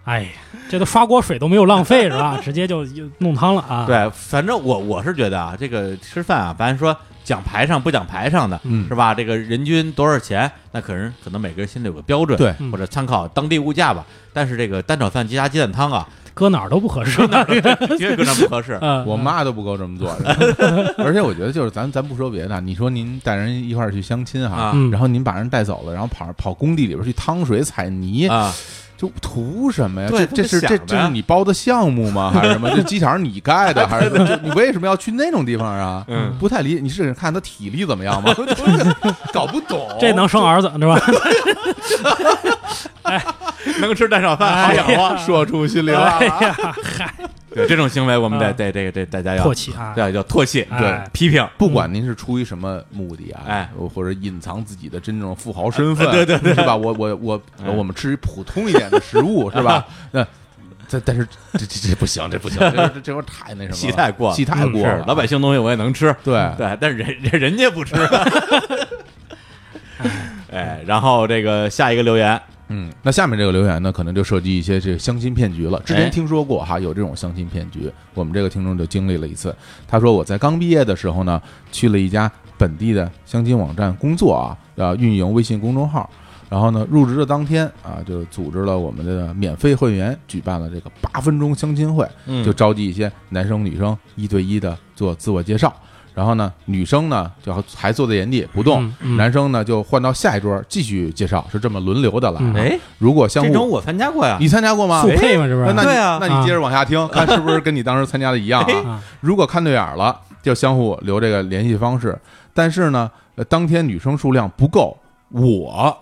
哎呀，这都刷锅水都没有浪费是吧？直接就就弄汤了啊！，
对，反正我我是觉得啊，这个吃饭啊，咱说讲排上不讲排上的，
嗯
是吧？这个人均多少钱，那可能可能每个人心里有个标准，
对
嗯
或者参考当地物价吧。但是这个蛋炒饭加鸡蛋汤 啊，
搁哪儿都不合适。
绝对跟这不 合适。
嗯，
我妈都不够这么做 的。而且我觉得就是咱咱不说别的，你说您带人一块儿去相亲哈
啊，
嗯
然后您把人带走了，然后跑跑工地里边去趟水踩泥，
啊，
就图什么呀？
对
这这是
他
这
们想的
这是你包的项目吗？还是什么？ 这机场你盖的还是就你为什么要去那种地方啊？
嗯
不太理解。你是看他体力怎么 样吗？搞不 懂。
这能生儿子是吧？
能吃蛋炒饭好
哎
养
呀
啊！
说出心灵了啊
哎。呀，
对这种行为，我们得
啊
得这个这大家要
唾弃啊！
对要唾弃，
哎
对
批评。
不管您是出于什么目的啊，
哎，
或者隐藏自己的真正富豪身份，
对对
对，是吧？我我我
哎
我们吃普通一点的食物，是吧？那但但是这这这不行，这不行，这这这玩意儿 太那什么了，
戏太过了
戏
嗯
太过
是
了，
老百姓东西我也能吃，
对
对，但是人人人家不吃。 哎，然后这个下一个留言，
嗯，那下面这个留言呢，可能就涉及一些这个相亲骗局了。之
哎
前听说过哈，有这种相亲骗局，我们这个听众就经历了一次。他说我在刚毕业的时候呢，去了一家本地的相亲网站工作啊，呃，运营微信公众号。然后呢，入职的当天啊，就组织了我们的免费会员举办了这个八分钟相亲会，
嗯
就召集一些男生女生一对一的做自我介绍。然后呢，女生呢就还坐在原地不动，
嗯嗯
男生呢就换到下一桌继续介绍，是这么轮流的了啊。
嗯哎
哎，
如果相
这种
互，
我参加过呀，
你参加过吗哎
速？配嘛，是不
那
是？
那你
对啊
那你接着往下听，看是不是跟你当时参加的一样啊？
啊，
如果看对眼儿了，就相互留这个联系方式。但是呢，呃当天女生数量不够，我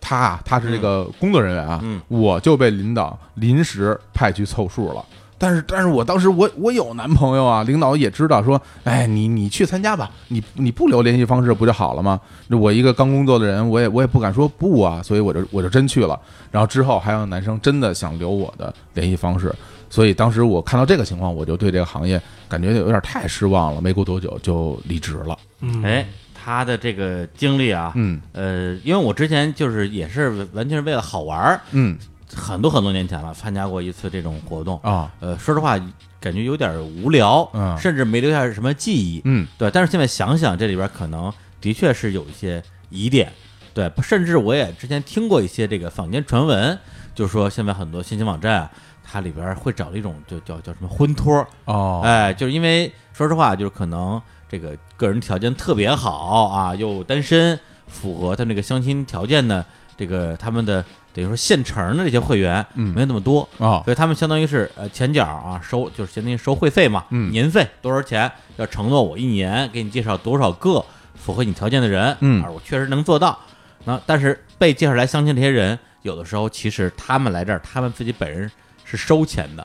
他啊他是这个工作人员啊，
嗯
我就被领导临时派去凑数了。但是，但是我当时我我有男朋友啊，领导也知道说，哎，你你去参加吧，你你不留联系方式不就好了吗？那我一个刚工作的人，我也我也不敢说不啊，所以我就我就真去了。然后之后还有男生真的想留我的联系方式，所以当时我看到这个情况，我就对这个行业感觉有点太失望了。没过多久就离职了。
嗯，
哎，他的这个经历啊，
嗯
呃，因为我之前就是也是完全是为了好玩儿，
嗯
很多很多年前了，参加过一次这种活动，
啊
呃，说实话感觉有点无聊，
嗯
甚至没留下什么记忆，
嗯
对。但是现在想想，这里边可能的确是有一些疑点，对。甚至我也之前听过一些这个坊间传闻，就说现在很多新兴网站啊，它里边会找一种就叫叫什么婚托，
哦
哎，就是因为说实话，就是可能这个个人条件特别好啊，又单身，符合他们这个相亲条件的这个他们的等于说现成的这些会员，
嗯
没有那么多，
哦
所以他们相当于是呃前脚啊收就是相当于收会费嘛，
嗯
年费多少钱，要承诺我一年给你介绍多少个符合你条件的人，啊
嗯
而我确实能做到。那但是被介绍来相亲这些人，有的时候其实他们来这儿，他们自己本人是收钱的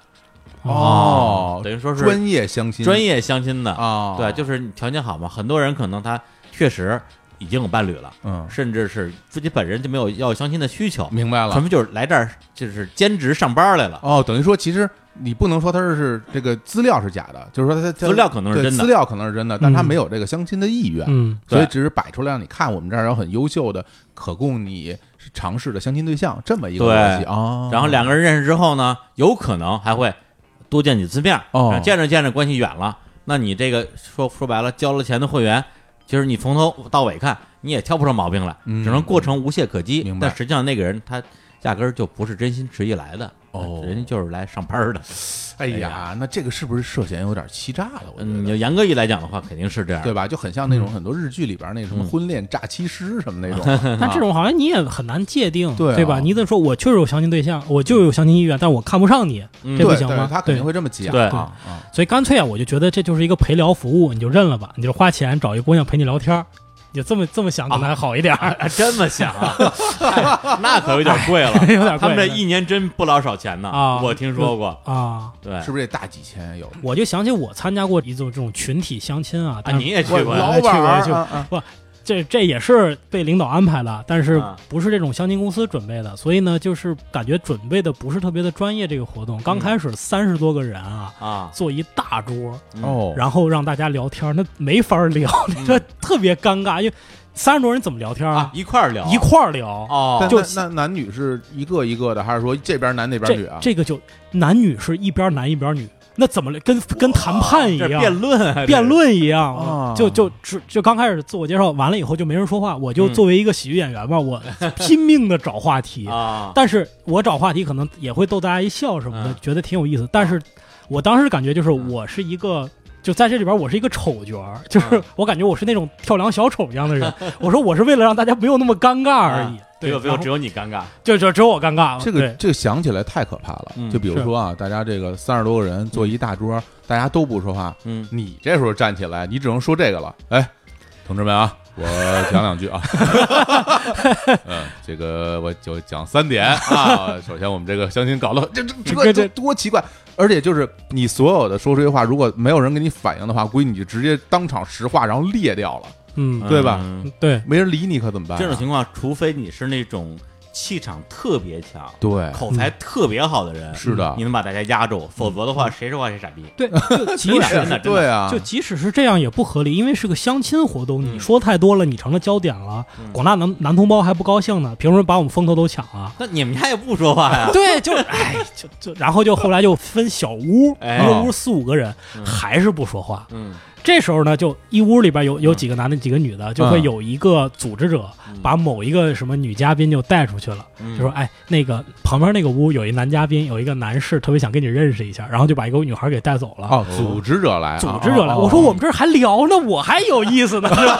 啊
哦
等于说是
专业相亲
专业相亲的
啊，
对，就是你条件好嘛，很多人可能他确实已经有伴侣了，
嗯，
甚至是自己本人就没有要相亲的需求，
明白
他
了。
们就是来这儿就是兼职上班来了。
哦，等于说其实你不能说他是是这个资料是假的，就是说他他
资料可能是
对
真的
资料可能是真的，但他没有这个相亲的意愿。
嗯，
所以
对
只是摆出来让你看，我们这儿有很优秀的、可供你尝试的相亲对象，这么一个
对
逻辑啊。
然后两个人认识之后呢，有可能还会多见几次面，
哦
见着见着关系远了，那你这个说说白了，交了钱的会员，其实你从头到尾看，你也挑不上毛病来，
嗯
只能过程无懈可击。
明白
但实际上那个人他压根儿就不是真心实意来的，
哦
人家就是来上班儿的。
哎
哎
呀，那这个是不是涉嫌有点欺诈了？我觉
嗯，你
得
就。严格意来讲的话，肯定是这样。
对吧？就很像那种
嗯
很多日剧里边那什么婚恋诈欺师什么那种，
但这种好像你也很难界定，
对啊
吧？你得说我确实有相亲对象，我就有相亲意愿，但我看不上你，
嗯
这
对
不
对，
行吗？
他肯定会这么讲
对
啊啊！
所以干脆啊，我就觉得这就是一个陪聊服务，你就认了吧，你就花钱找一姑娘陪你聊天儿，你就这么这么想可能还好一点儿。
啊，这么想啊、哎那可有点贵了，
有点贵
他们这一年真不老少钱呢，
啊
我听说过。
啊，
对，
是不是得大几千有？
我就想起我参加过一种这种群体相亲啊，
啊，
但
你也去过呀？
老板儿
去过去过
啊啊
这这也是被领导安排的，但是
啊
不是这种相亲公司准备的，所以呢，就是感觉准备的不是特别的专业。这个活动
嗯
刚开始三十多个人啊，
啊，
坐一大桌，
嗯，
哦，
然后让大家聊天儿，那没法儿聊， 这特别尴尬，因为三十多人怎么聊天儿
啊，？一块儿聊，
一块儿聊，
哦
但
就
啊那那男女是一个一个的，还是说这边男那边女
这
啊？
这个就男女是一边男一边女，那怎么了跟跟谈判一
哦这
样？
辩论还是
辩论一样，
啊
就就只就刚开始自我介绍完了以后就没人说话，我就
嗯
作为一个喜剧演员 吧，我拼命的找话题，
啊，
但是我找话题可能也会逗大家一笑什么的，
嗯
觉得挺有意思。但是我当时感觉就是我是一个。就在这里边，我是一个丑角儿，就是
嗯
我感觉我是那种跳梁小丑一样 的人。我说我是为了让大家没有那么尴尬而已
啊，
对，
只有只
然
有
后
只有你尴尬，
就就只有我尴尬了。
这个
对
这个想起来太可怕了。
嗯
就比如说啊，大家这个三十多个人
嗯
坐一大桌，大家都不说话，
嗯，
你这时候站起来，你只能说这个了。哎，同志们 啊，我讲两句啊。嗯，这个我就讲三点 啊。首先，我们这个相亲搞 了，这这这
这
个这多奇怪！而且就是你所有的说出这些话，如果没有人给你反应的话，估计你就直接当场石化，然后裂掉了，
嗯，
对吧
嗯
对，
没人理你可怎么办啊、
这种情况，除非你是那种气场特别强、
对，
口才
嗯
特别好的人，
是的
你能把大家压住，否则的话，谁说话谁傻逼。
对，就即
真
使
的真的
对啊，
就即使是这样也不合理，因为是个相亲活动，
嗯
你说太多了，你成了焦点了
嗯，
广大男男同胞还不高兴呢，凭什么把我们风头都抢 了？
那你们家也不说话呀？
对，就哎，就就，然后就后来就分小屋，
哎
一个屋四五个人，还是不说话。
嗯，
这时候呢，就一屋里边有有几个男的，几个女的，就会
嗯
有一个组织者把某一个什么女嘉宾就带出去了，
嗯
就说哎，那个旁边那个屋有一男嘉宾，有一个男士特别想跟你认识一下，然后就把一个女孩给带走了。
哦，组织者来啊，
组织者来，
哦
我说我们这儿还聊呢，我还有意思呢，是 吧？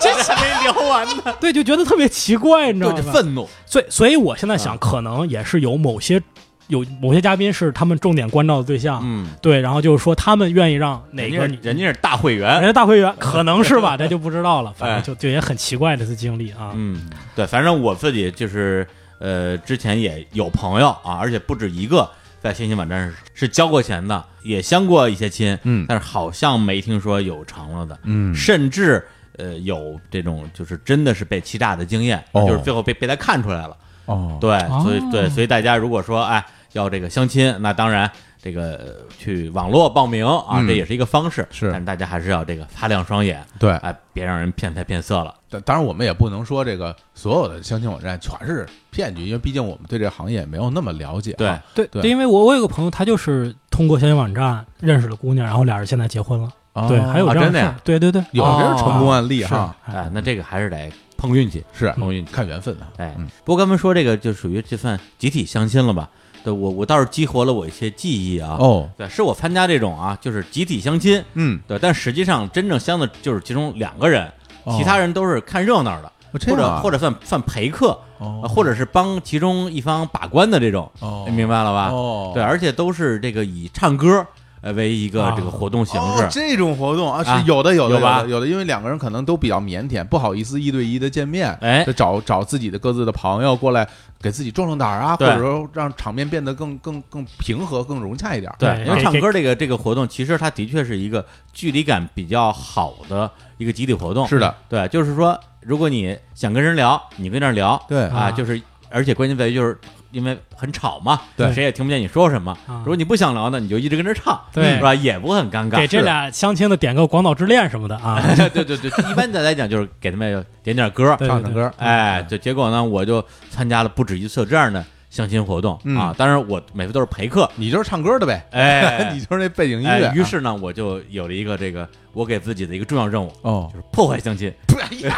这
还没聊完呢，
对，就觉得特别奇怪，你知道
就啊是？
吗
愤怒，
所以，所以我现在想，可能也是有某些有某些嘉宾是他们重点关照的对象，
嗯，
对，然后就是说他们愿意让哪
人
个
家
女
人家是大会员
人，家大会 员，可能是吧，这就不知道了，反
哎
正就就也很奇怪这次经历啊，
嗯，对，反正我自己就是呃，之前也有朋友啊，而且不止一个在相亲网站是是交过钱的，也相过一些亲，
嗯
但是好像没听说有成了的，
嗯
甚至呃有这种就是真的是被欺诈的经验，
哦
就是最后被被他看出来了，
哦，
对，
哦
所以对，所以大家如果说哎要这个相亲，那当然。这个呃去网络报名啊，
嗯
这也是一个方式，
是
但大家还是要这个擦亮双眼，
对
哎，别让人骗财骗色了。
但当然，我们也不能说这个所有的相亲网站全是骗局，因为毕竟我们对这个行业也没有那么了解、啊
对，
对
对
因为我我有个朋友，他就是通过相亲网站认识了姑娘，然后俩人现在结婚了，
啊
哦
对，还有
啊
这样
真的
事儿
呀，
对对对，
有这种成功案例
是
哈，
哎，那这个还是得碰运气。
是
碰运气。
看缘分的。
哎
嗯，
不过刚才说这个就属于这算集体相亲了吧？对我我倒是激活了我一些记忆啊。，
哦，
对，是我参加这种啊，就是集体相亲。
嗯，
对，但实际上真正相的就是其中两个人，
哦
其他人都是看热闹的，
这
或
样
者
啊
或者算算陪客，
哦
呃或者是帮其中一方把关的这种。
哦
你明白了吧？
哦
啊对，而且都是这个以唱歌呃为一个
啊
这个活动形
哦，
式。
这种活动啊，
啊
是有的，有的，
有吧
的有的，因为两个人可能都比较腼腆，不好意思一对一的见面，
哎
就找找自己的各自的朋友过来，给自己壮壮胆儿啊，或
对
者说让场面变得更更更平和、更融洽一点儿。
对，因
哎
为唱
给
歌这个这个活动，其实它的确是一个距离感比较好的一个集体活动。
嗯是的，
对，就是说，如果你想跟人聊，你跟那儿聊，
对
啊，
啊
就是，而且关键在于就是因为很吵嘛，
对
谁也听不见你说什么。
啊
如果你不想聊呢，你就一直跟这儿唱，
对
是吧？也不会很尴尬。哎
给这俩相亲的点个《广岛之恋》什么的啊，
是的， 对对对，一般的来讲就是给他们点点歌，
对对
唱唱
对
歌，
哎，就结果呢，我就参加了不止一次这样的相亲活动、
嗯
啊。当然，我每次都是陪客，
你就是唱歌的呗，
哎
你就是那背景音乐
哎
啊。，
于是呢，我就有了一个这个我给自己的一个重要任务，
哦
就，是破坏相亲。
哎呀，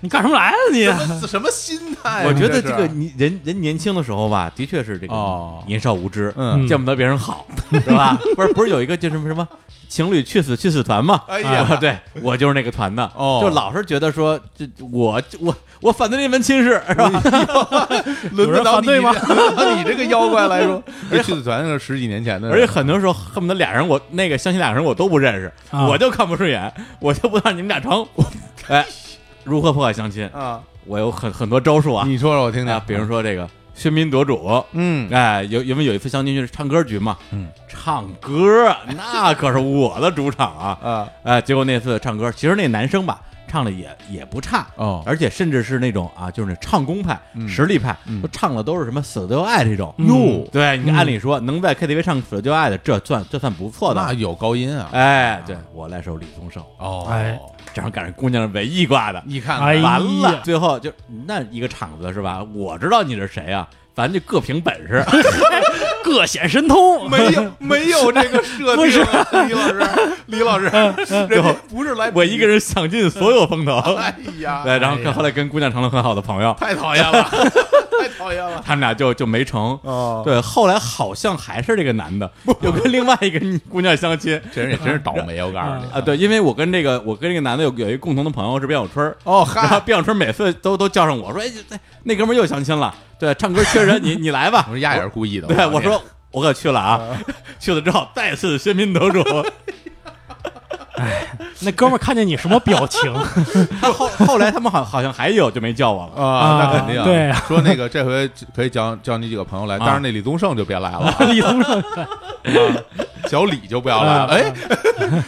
你干什么来了你？
哦
这什么心态啊？
我觉得
是
这个你人人年轻的时候吧，的确是这个
哦
年少无知，
嗯
见不得别人好，对吧？不是不是有一个就是什么什么情侣去死去死团嘛？
哎呀
啊对我就是那个团的，
哦
就老是觉得说这我我我反对这门亲事是
嗯
吧？
轮得到你
有人反对吗
这轮得到 你这个妖怪 来说，这去死团哎是十几年前的，
而且很多时候恨不得俩人我那个相亲俩人我都不认识，
啊
我就看不顺眼，我就不让你们俩成。我哎，如何破坏相亲？
啊，
我有很很多招数啊，
你说说我听听
啊，，比如说这个喧宾夺主，
嗯，
哎，有因为有一次相亲就是唱歌局嘛，
嗯，
唱歌啊那可是我的主场啊，
啊，
哎，结果那次唱歌，其实那男生吧唱的也也不差，
哦
而且甚至是那种啊，就是那唱功派、
嗯
实力派，
嗯
都唱的都是什么死了都要爱这种嗯
哟
对你按理说、能在 KTV 唱死了就要爱的，这算这算不错
那
的。
有高音啊，
哎，对我来首李宗盛，
哦，
哎
正好赶上姑娘文艺挂的，
你看
哎
看，
呀
完了，最后就那一个场子是吧？我知道你是谁啊，咱就各凭本事。
哎
各显神通，
没有没 有这个设定啊，李老师，李老师，
嗯
人家不是来，
我一个，人想尽所有风头。
哎呀，哎
对，然后跟后来跟姑娘成了很好的朋友，
太讨 厌了，太讨厌了，
他们俩就就没成。
哦
对，后来好像还是这个男的又跟另外一个女姑娘相亲
这人也真是倒霉，我告诉你
啊。对，因为我跟这个我跟这个男的有有一个共同的朋友是卞小春儿，
哦
然后
嗨，
卞小春每次都都叫上我说，哎，这那哥们儿又相亲了，对，唱歌缺人，你你来吧
我。说丫也是故意的，嗯
对，我
告诉你
说我可去了啊， 去了之后再次喧宾夺主。
那哥们儿看见你什么表情？ 啊
他后 后来他们好好像还有就没叫我了。
啊，那肯定啊，
啊对啊
说那个这回可以叫叫你几个朋友来，当然那李宗盛就别来了，
李宗盛，
小李就不要来了，哎，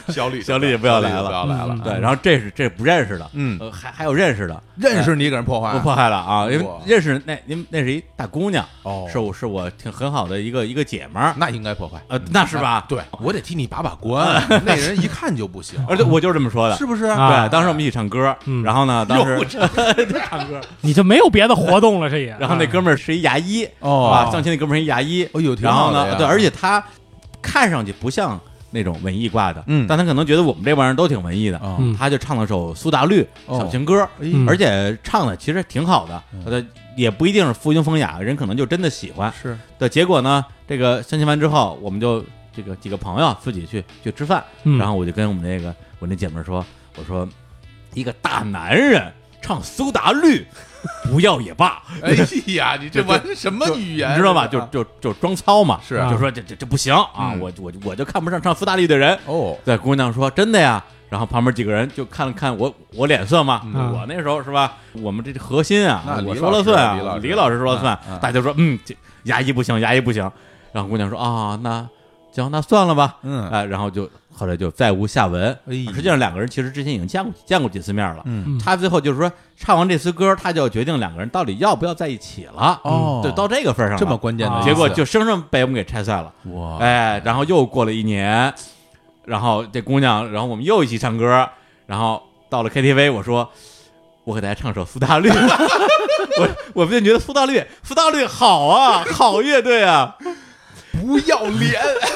小李
啊小李也
不
不要来
了，
了
不要来了，
嗯
对，然后这是这是不认识的，
嗯
呃还还有认识的，
认识你给人破坏
我，迫害了啊，因为
哇
认识那您那是一大姑娘，
哦
是我是我挺很好的一个一个姐们儿，
那应该破坏，
呃，那是吧？，啊
对我得替你把把关，那人一看就 不行，
而且我就是这么说的，
是不是？
对，
啊
当时我们一起唱歌，
嗯
然后呢，当时
又
唱歌，
你就没有别的活动了，这也。啊
然后那哥们儿是一牙医，
嗯哦
啊，相亲那哥们儿是一牙医，
哦呦挺
然
好
后
的呀
呢，对，而且他看上去不像那种文艺挂的，
嗯
但他可能觉得我们这帮人都挺文艺的，
啊
嗯
他就唱了首苏打绿
哦
小情歌，
嗯
而且唱的其实挺好的，
嗯
呃，也不一定是附庸风雅，人可能就真的喜欢。
是
对，结果呢，这个相亲完之后，我们就这个几个朋友啊自己去去吃饭，
嗯
然后我就跟我们那个我那姐们儿说，我说一个大男人唱苏打 绿，不要也罢，
哎呀，你这玩什么 语言？啊
你知道吧？
这
就
个
就就装糙嘛，
是
啊
就说这这这不行啊，
嗯
我我我就看不上唱苏打绿的人。
哦，
对，姑娘说真的呀。然后旁边几个人就看了看我我脸色嘛，
嗯
我那时候是吧？我们这这核心啊
那，
我
李
说
老
了
师
算
李
啊
老，师
李老师说了算
嗯嗯。
大家说嗯，这牙医不行，牙医不行。然后姑娘说啊，那行，那算了吧。
嗯
哎，然后就后来就再无下文。
哎呀
实际上两个人其实之前已经见过见过几次面了。
嗯
他最后就是说唱完这次歌，他就要决定两个人到底要不要在一起了。
哦
嗯对，到这个份儿上了
这么关键的一
啊
次，
结果就生生被我们给拆散了。
哇，
哎，然后又过了一年，然后这姑娘，然后我们又一起唱歌，然后到了 KTV，我说我给大家唱首苏打绿，我我们就觉得苏打绿，苏打绿好啊，好乐队啊，
不要脸，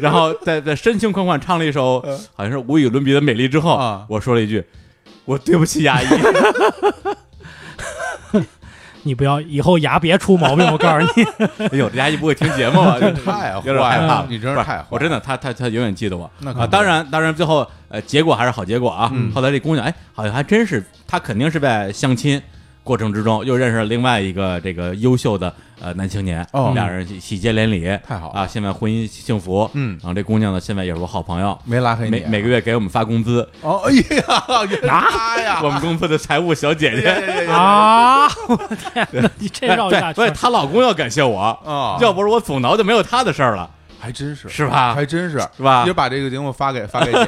然后在在深情款款唱了一首好像是无与伦比的美丽之后，
嗯啊
我说了一句。我对不起牙医，
你不要以后牙别出毛病，我告诉 你。
哎呦，这牙医不会听节目啊吧？
太
有
坏
点害怕
了
了，，
你真是
不
太坏了，
我哦真的，他他他永远记得我。
那可嗯
啊，
不
当然当然，最后呃，结果还是好结果啊。后来这姑娘，哎，好像还真是，她肯定是在相亲过程之中又认识了另外一个这个优秀的呃男青年，
哦
俩人喜喜结连理，
太好了
啊，现在婚姻幸福。
嗯
然后这姑娘呢，现在也是我好朋友，
没拉黑你
每
啊，
每个月给我们发工资，
哦，哎呀，原来是他呀，
我们公司的财务小 姐
呀
姐。
呀呀呀
啊！我的天哪，你这
哎
绕一大
对，所以
圈，
她老公要感谢我，
啊，
要不是我阻挠，就没有她的事儿了，
还真是
是吧？
还真是
啊是吧
也把这个节目发给发 给姐，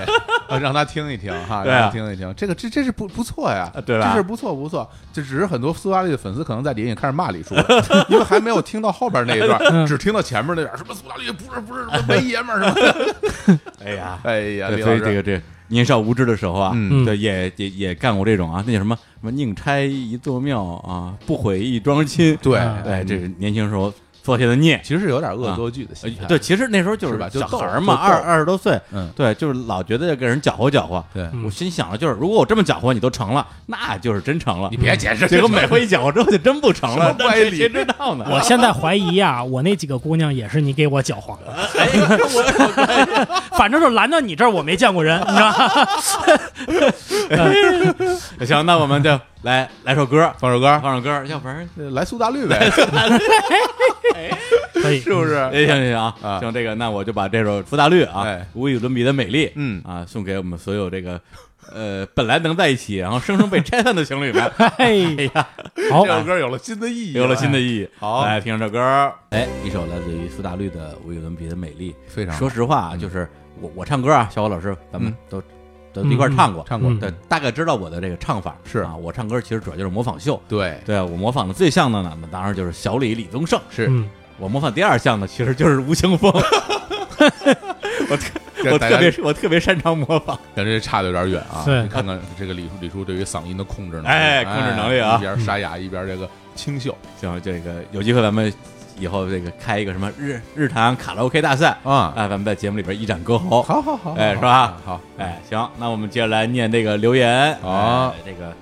啊让她听一听哈，
对
让
啊
她听一听。这个这这是不不错呀
啊，对吧
这是不错不错。这只是很多苏打绿的粉丝可能在底下也开始骂李叔了，因为还没有听到后边那 一段，只听到前面那点儿什么苏打绿不是不是什么没爷们儿什么的。
哎呀，
哎呀，
对
李
所
老
以这
师
个这年少无知的时候啊，
嗯
对，也也也干过这种啊，那叫什么什么宁拆一座庙啊，不毁一桩亲。
对
啊
哎，这是年轻时候做下的孽。
其实是有点恶作剧的心态，
呃对，其实那时候就是
吧就
小
逗
孩儿嘛，
就逗
二二十多岁，
嗯
对，就是老觉得给人搅和搅和。
对
嗯
我心想的就是，如果我这么搅和你都成了，那就是真成了
你。别解释，
结果每回一搅和之后就真不成了，
什么
那
歪
谁
理
谁知道呢？
我现在怀疑啊，我那几个姑娘也是你给我搅黄的，
哎
反正就是拦到你这儿，我没见过人，你知道吗？
行，那我们就来来首歌，
放首歌，
放首歌，要不然
来苏打绿 呗，
可以，
是不是？
哎，行行行啊，
啊
行这个，那我就把这首《苏打绿》啊
哎，
无与伦比的美丽，
嗯
啊，送给我们所有这个 呃本来能在一起，然后生生被拆散的情侣们，
哎
呀，
好，啊
这首歌有了新的意义，
有了新的意义。
好
来听这首歌，哎，一首来自于苏打绿的《无与伦比的美丽》。
非常好
说实话啊，就是我我唱歌啊，小伙老师，咱们
嗯
都都一块儿唱过，
唱过
嗯
对，大概知道我的这个唱法
是
啊。我唱歌其实主要就是模仿秀，
对，
对啊我模仿的最像的呢，那当然就是小李李宗盛。
是
嗯，
我模仿第二项呢，其实就是吴青 峰。我特
这
我
大
特
家
别我特别擅长模仿，
感觉差的有点远啊。
对
你看看这个李叔李叔对于嗓音的控制能力，
哎控制能力啊
一边沙哑一边这个清秀
行，这个有机会咱们以后这个开一个什么日日坛卡拉 OK 大赛啊，
啊，
哎，咱们在节目里边一展歌喉。
好好好，
哎
好
是吧
啊好，
哎，行，那我们接着来念这个留言
好
哎这个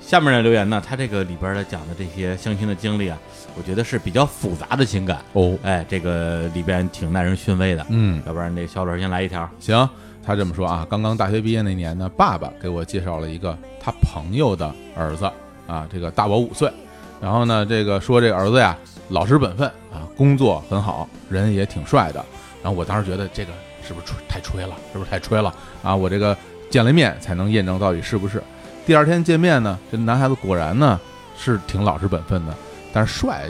下面的留言呢，他这个里边的讲的这些相亲的经历啊，我觉得是比较复杂的情感，
哦，
哎，这个里边挺耐人寻味的。
嗯，
要不然那小老师先来一条，
行，他这么说啊，刚刚大学毕业那年呢，爸爸给我介绍了一个他朋友的儿子啊，这个大我五岁。然后呢，这个说这儿子呀，老实本分啊，工作很好，人也挺帅的。然后我当时觉得这个是不是吹太吹了，是不是太吹了啊？我这个见了面才能验证到底是不是。第二天见面呢，这男孩子果然呢是挺老实本分的，但是帅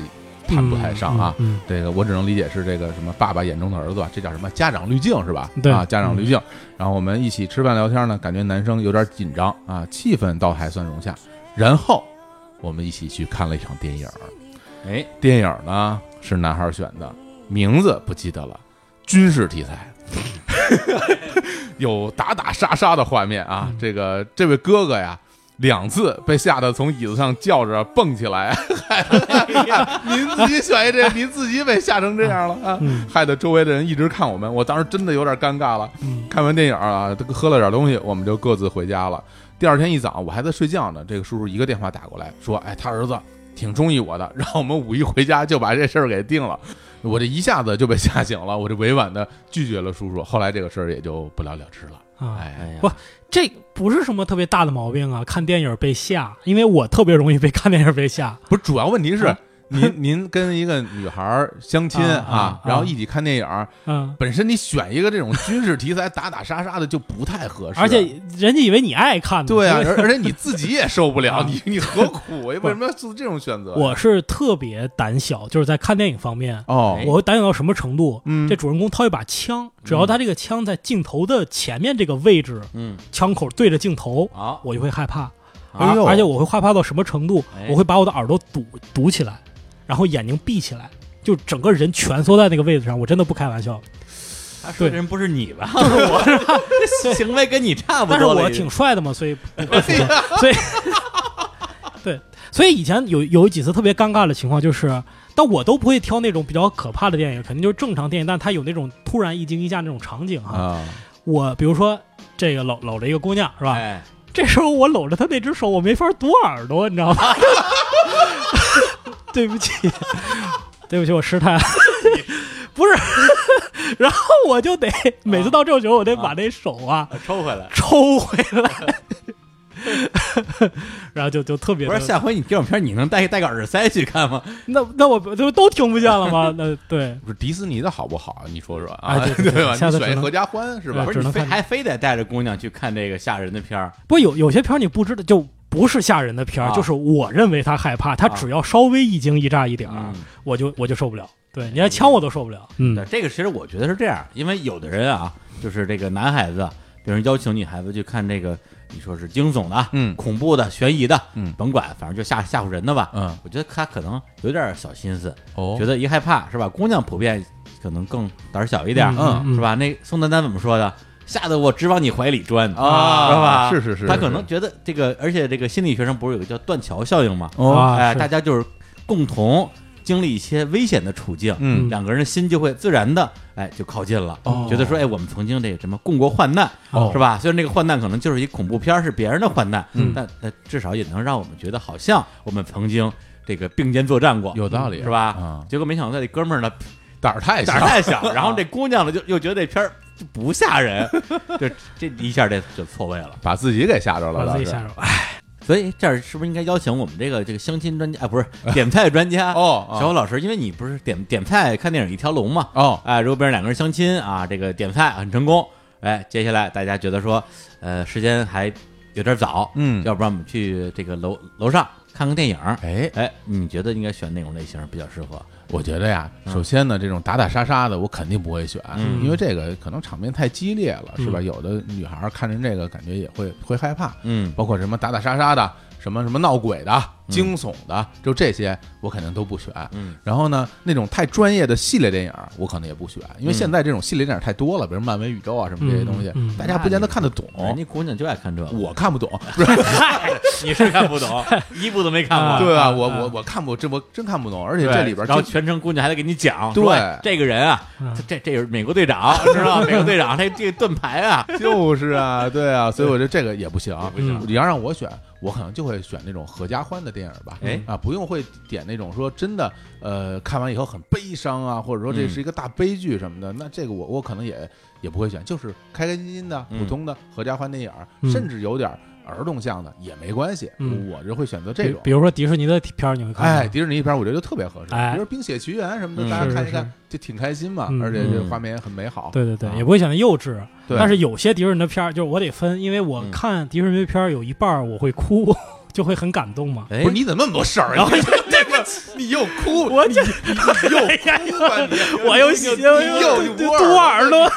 谈不太上啊。
嗯，
这个我只能理解是这个什么爸爸眼中的儿子吧，这叫什么家长滤镜是吧？
对
啊，家长滤镜。然后我们一起吃饭聊天呢，感觉男生有点紧张啊，气氛倒还算融洽。然后我们一起去看了一场电影儿，
哎，
电影儿呢是男孩儿选的，名字不记得了，军事题材。 有打打杀杀的画面啊！这个这位哥哥呀，两次被吓得从椅子上叫着蹦起来， 您自己选一这个，您自己被吓成这样了啊！
嗯
害得周围的人一直看我们，我当时真的有点尴尬了。
嗯
看完电影啊，这个喝了点东西，我们就各自回家了。第二天一早，我还在睡觉呢，这个叔叔一个电话打过来，说：“哎，他儿子挺中意我的， 让我们五一回家就把这事儿给定了。”我这一下子就被吓醒了，我这委婉的拒绝了叔叔。后来这个事儿也就不了了之了。
啊，
哎，
呀
不这不是什么特别大的毛病啊。看电影被吓，因为我特别容易被看电影被吓。
不是，主要问题是
啊。
您您跟一个女孩儿相亲
啊啊
啊
啊，
然后一起看电影儿，
嗯，
本身你选一个这种军事题材打打杀杀的就不太合适，
而且人家以为你爱看呢。
啊对啊，
所以
而而且你自己也受不了，
啊
你你何苦呀？为什么要做这种选择？
我是特别胆小，就是在看电影方面，
哦
哎，
我胆小到什么程度？
嗯
这主人公掏一把枪，只要他这个枪在镜头的前面这个位置，
嗯，
枪口对着镜头，
好，啊
我就会害怕。
哎呦
而且我会害怕到什么程度
哎？
我会把我的耳朵堵堵起来，然后眼睛闭起来，就整个人蜷缩在那个位子上。我真的不开玩笑，
他说
对
的人不是你吧？ 就是我，这行为跟你差不
但是
多了。
我
已
挺
经
帅的嘛，所以不 会怎么样所以对，所以以前有有几次特别尴尬的情况就是。但我都不会挑那种比较可怕的电影，肯定就是正常电影，但它有那种突然一惊一乍那种场景哈。
啊，
我比如说这个搂搂着一个姑娘是吧？
哎，
这时候我搂着她那只手，我没法堵耳朵，你知道吗？ 对不起，对不起，我失态了。 不是，然后我就得每次到这种时候，我得把那手啊
抽回来。
抽回来，然后就就特别
不是，
的。
下回你这种片儿你能带带个耳塞去看吗？
那那我这不都听不见了吗？那 对，
不是迪士尼的好不好？你说说啊，
哎 对对对
对吧？
下次
你
只
选一
能
合家欢是吧
对
不？是
只
你
能
非
看
还非得带着姑娘去看这个吓人的片儿，
不过有有些片儿你不知道，就不是吓人的片儿，
啊
就是我认为他害怕，他
啊
只要稍微一惊一乍一点儿，
嗯哎
我就我就受不了。对，你连枪我都受不了。嗯
对，，这个其实我觉得是这样，因为有的人啊，就是这个男孩子，比如邀请女孩子去看这个，你说是惊悚的、
嗯
恐怖的、悬疑的，
嗯
甭管，反正就吓吓唬人的吧。
嗯，
我觉得他可能有点小心思，
哦
觉得一害怕是吧？姑娘普遍可能更胆儿小一点，
嗯嗯
是吧？那宋丹丹怎么说的？吓得我直往你怀里钻
啊
知道吧？
是是是
他
是
可
是
能觉得这个，而且这个心理学上不是有个叫断桥效应嘛？
哦，
啊
哎，
是
大家就是共同经历一些危险的处境，
嗯
两个人的心就会自然的哎就靠近了，
哦
觉得说哎我们曾经这个什么共过患难，
哦
是吧？虽然这个患难可能就是一恐怖片儿，是别人的患难，
嗯
但但至少也能让我们觉得好像我们曾经这个并肩作战过，
有道理
是吧？
啊
结果没想到这哥们儿呢
胆儿太小
胆儿太小，然后这姑娘呢就又觉得这片儿就不吓 人，这这一下这就错位了。
把自己给吓着了，
把自己
倒是
吓着。哎，
所以这儿是不是应该邀请我们这个这个相亲专家啊，不 是点菜专家
哦啊
小虎老师，因为你不是点点菜看电影一条龙嘛？
哦
哎，如果别人两个人相亲啊，这个点菜很成功，哎，接下来大家觉得说，呃，时间还有点早，
嗯
要不然我们去这个楼楼上看看电影。
哎，
哎，你觉得应该选哪种类型比较适合？
我觉得呀，首先呢，这种打打杀杀的，我肯定不会选，
嗯
因为这个可能场面太激烈了，是吧？有的女孩儿看着这个，感觉也会会害怕，
嗯
包括什么打打杀杀的，什么什么闹鬼的、惊悚的，就这些我肯定都不选。
嗯，
然后呢，那种太专业的系列电影儿我可能也不选，因为
嗯
现在这种系列电影儿太多了，比如漫威宇宙啊什么这些东西，
嗯嗯
大家不见得看得懂。
人家姑娘就爱看这个，
我看不懂，不 是
你是看不懂，一部都没看过。
对吧？我我我看不这我真看不懂，而 且
对
这里边
然后
真
全程姑娘还得给你讲，
对
说哎这个人啊，这这这是美国队长，知道吧？美国队长这这盾牌啊，嗯
就是啊，对啊，所以我觉得这个也不行。
不行
你要让我选，我可能就会选那种合家欢的电影吧。
哎
啊，不用会点那种说真的，呃，看完以后很悲伤啊，或者说
嗯
这是一个大悲剧什么的。那这个我我可能也也不会选，就是开开心心的、
嗯
普通的合家欢电影，
嗯
甚至有点儿童向的也没关系。
嗯
我就会选择这
比
种
比。如说迪士尼的片儿，你会看吗？
哎，迪士尼片儿我觉得就特别合适，
哎
比如《冰雪奇缘》什么
嗯
的，大家
是
看一
是
看就挺开心嘛，
嗯
而且这
嗯
画面也很美好。
对对对
啊，
也不会显得幼稚。
对
但是有些迪士尼的片儿，就是我得分，因为我
嗯
看迪士尼的片儿有一半儿我会哭， 就会很感动嘛。
哎
不是你怎么那么多事儿啊？你这个你又哭，
我这
你 又哭吧你，
我 又喜
又一窝
堵耳朵。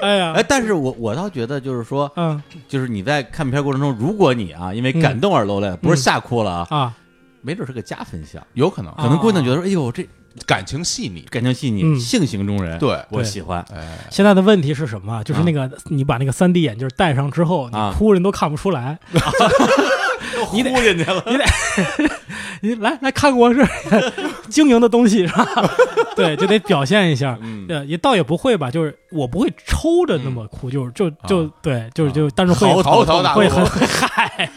哎
哎
呀，，
但是我我倒觉得就是说，
嗯
就是你在看片过程中，如果你啊因为感动而落泪，不是吓哭了啊，
啊，
没准是个加分项。
有可能
可能姑娘觉得说，哎呦，这
感情细腻，
感情细腻，
嗯
性情中人，
对
我喜欢。
哎，
现在的问题是什么啊？就是那个你把那个三 D 眼镜戴上之后，
啊
你哭人都看不出来。
你得进去了，
你得你来来看我是 经营的东西是吧？ 对，就得表现一下。
嗯，
呃，也倒也不会吧，就是我不会抽着那么哭，就是就就对，就是就，但是会
嚎
会
啕大哭
会很 嗨，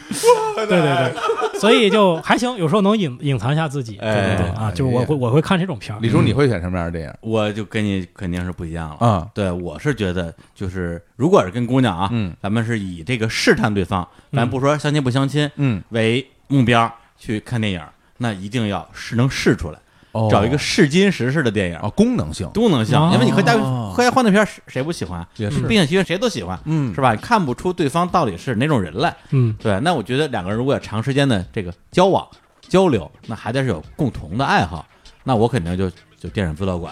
对对对，所以就还行，有时候能隐隐藏一下自己，对对对
哎
啊，就是我会我会看这种片儿
李，叔，你会选什么样的电影
我就跟你肯定是不一样了。
啊？
对，我是觉得就是，如果是跟姑娘啊，
嗯
咱们是以这个试探对方，咱不说相亲不相亲
嗯，
为目标去看电影，那一定要试能试出来，
哦
找一个试金石式的电影。
啊，功能性
功能性，因为你和家
哦
和家欢的片儿谁谁不喜欢？
也是
并且其实谁都喜欢，
嗯
是吧？看不出对方到底是哪种人来。
嗯
对，那我觉得两个人如果有长时间的这个交往交流，那还得是有共同的爱好。那我肯定就就电影资料馆，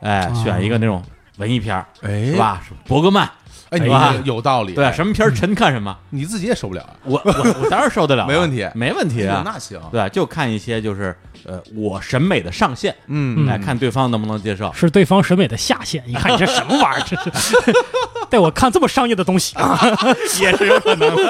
哎，选
哦
一个那种文艺片儿，
哎
是？吧？伯格曼，
哎，你
是吧
这有道理，
对，，什么片儿沉看什么。
你自己也受不了啊。
我我我当然受得了啊，
没问题
没问题
哎呦
啊。
那行，
对，就看一些就是呃我审美的上限，
嗯
哎，看对方能不能接受。
是对方审美的下限。你看你这什么玩意儿，这是 带我看这么商业的东西，
啊
也是有可能的。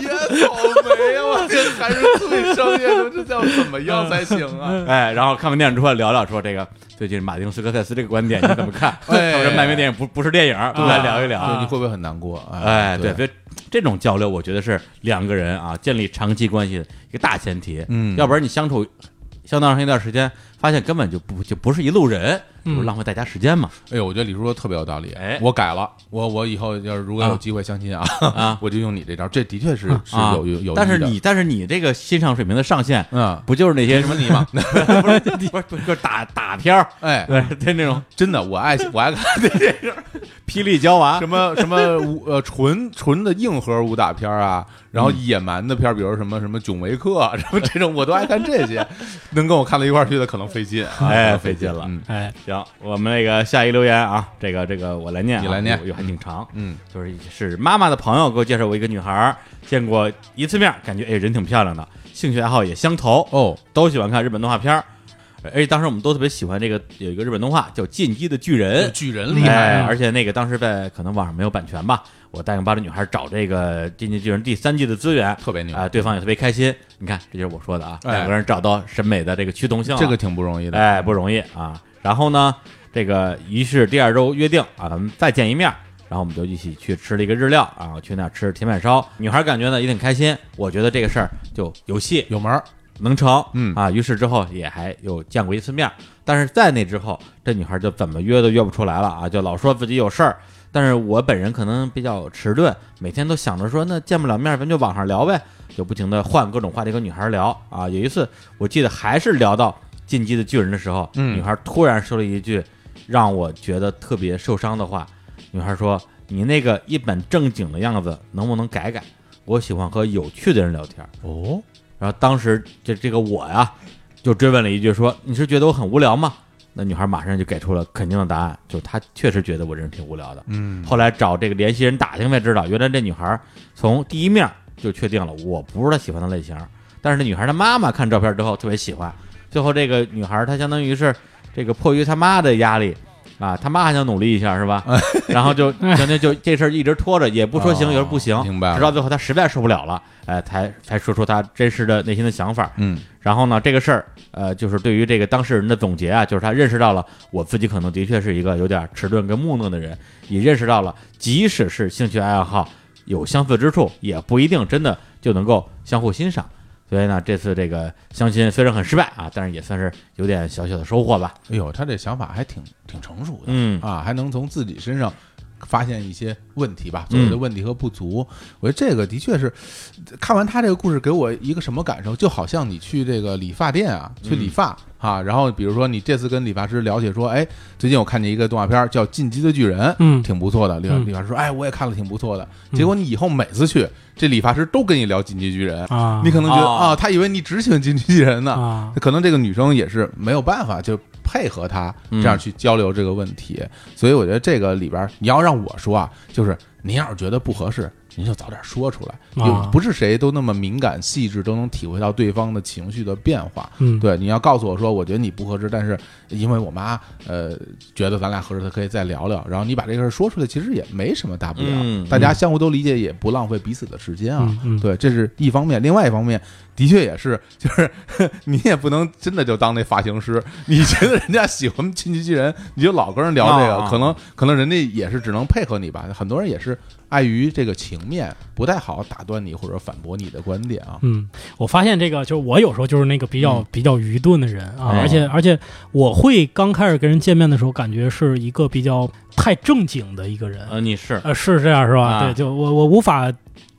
也倒霉啊！我这还是最商业的，这叫怎么样才行 啊？
哎，然后看完电影之后聊聊说这个最近马丁斯科塞斯这个观点你怎么看？ 他
哎
们说漫威电影不不是电影，都来聊一
对，
聊。
你会不会很难过？
哎，对，
对，
别这种交流，我觉得是两个人啊建立长期关系的一个大前提。
嗯
要不然你相处相当长一段时间，发现根本就不就不是一路人，
嗯
不是浪费大家时间嘛？
哎呦，我觉得李叔说得特别有道理。
哎
我改了，我我以后要是如果有机会相亲啊，
啊
我就用你这招。这的确是是
啊
有有有益的，
但是你但是你这个欣赏水平的上限，
嗯，
不就是那些什么你吗？不是不是不是就是打打片儿，
哎，
对，对那种
真的，我爱我爱看
霹雳娇娃
什么什么武呃纯纯的硬核武打片儿啊，然后野蛮的片儿，比如什么什么囧维克啊什么这种，我都爱看这些。能跟我看到一块儿去的可能费劲啊，
哎
可能费
费劲了
嗯
哎，
行，我们那个下一留言啊，这个这个我来念啊、
你来念
有有还挺长，
嗯，
就是是妈妈的朋友给我介绍过一个女孩儿，见过一次面，感觉哎人挺漂亮的，兴趣爱好也相投，
哦，
都喜欢看日本动画片儿。而且当时我们都特别喜欢这个有一个日本动画叫《进击的巨人》，
巨人
厉
厉害
害，
啊！
哎而且那个当时在可能网上没有版权吧，我带领八零女孩找这个《进击的巨人》第三季的资源，
特别牛
啊、对方也特别开心。你看，这就是我说的啊，
嗯哎
两个人找到审美的这个趋同性了，
这个挺不容易的。
哎不容易啊。然后呢，这个于是第二周约定啊，咱们再见一面儿。然后我们就一起去吃了一个日料啊，去那儿吃铁板烧。女孩感觉呢也挺开心，我觉得这个事儿就有戏
有门儿，
能成，
嗯
啊，于是之后也还有见过一次面儿，但是在那之后，这女孩就怎么约都约不出来了啊，就老说自己有事儿。但是我本人可能比较迟钝，每天都想着说，那见不了面儿，咱就网上聊呗，就不停的换各种话题跟女孩聊啊。有一次我记得还是聊到进击的巨人的时候，
嗯
女孩突然说了一句让我觉得特别受伤的话，女孩说：“你那个一本正经的样子能不能改改？我喜欢和有趣的人聊天。”
哦，
然后当时这这个我呀，就追问了一句说：“你是觉得我很无聊吗？”那女孩马上就给出了肯定的答案，就她确实觉得我人挺无聊的。
嗯，
后来找这个联系人打听才知道，原来这女孩从第一面就确定了我不是她喜欢的类型。但是这女孩她妈妈看照片之后特别喜欢，最后这个女孩她相当于是这个迫于她妈的压力啊，她妈还想努力一下是吧？然后就相当于就这事儿一直拖着，也不说行，
哦
也是不行，
明白了
直到最后她实在受不了了，哎、才才说出她真实的内心的想法。
嗯，
然后呢，这个事儿，呃，就是对于这个当事人的总结啊，就是他认识到了我自己可能的确是一个有点迟钝跟木讷的人，也认识到了，即使是兴趣爱好有相似之处，也不一定真的就能够相互欣赏。所以呢，这次这个相亲虽然很失败啊，但是也算是有点小小的收获吧。
哎呦，他这想法还挺挺成熟的，
嗯
啊，还能从自己身上发现一些问题吧，所谓
嗯
的问题和不足。我觉得这个的确是，看完他这个故事给我一个什么感受？就好像你去这个理发店啊，去
嗯
理发、啊，然后比如说你这次跟理发师了解说，哎，最近我看见一个动画片儿叫《进击的巨人》，
嗯
挺不错的。理发
嗯
理发师说，哎，我也看了，挺不错的。结果你以后每次去，这理发师都跟你聊《进击巨人》
啊
你可能觉得
哦
啊，他以为你只喜欢进击巨人呢，
啊
可能这个女生也是没有办法就配合他这样去交流这个问题，所以我觉得这个里边儿你要让我说啊，就是您要是觉得不合适，您就早点说出来，
啊
有不是谁都那么敏感细致，都能体会到对方的情绪的变化。
嗯
对，你要告诉我说，我觉得你不合适，但是因为我妈呃觉得咱俩合适，她可以再聊聊。然后你把这个事儿说出来，其实也没什么大不了，
嗯
大家相互都理解，也不浪费彼此的时间啊。
嗯嗯
对，这是一方面，另外一方面，的确也是，就是 你也不能真的就当那发型师，你觉得人家喜欢进击巨人，你就老跟人聊这个，
啊
可能可能人家也是只能配合你吧。很多人也是碍于这个情面，不太好打断你或者反驳你的观点啊。
嗯，我发现这个就是我有时候就是那个比较、比较愚钝的人啊，
嗯哎
而且而且我会刚开始跟人见面的时候，感觉是一个比较太正经的一个人，
呃，你是，
呃，是这样是吧？
啊
对，就我我无法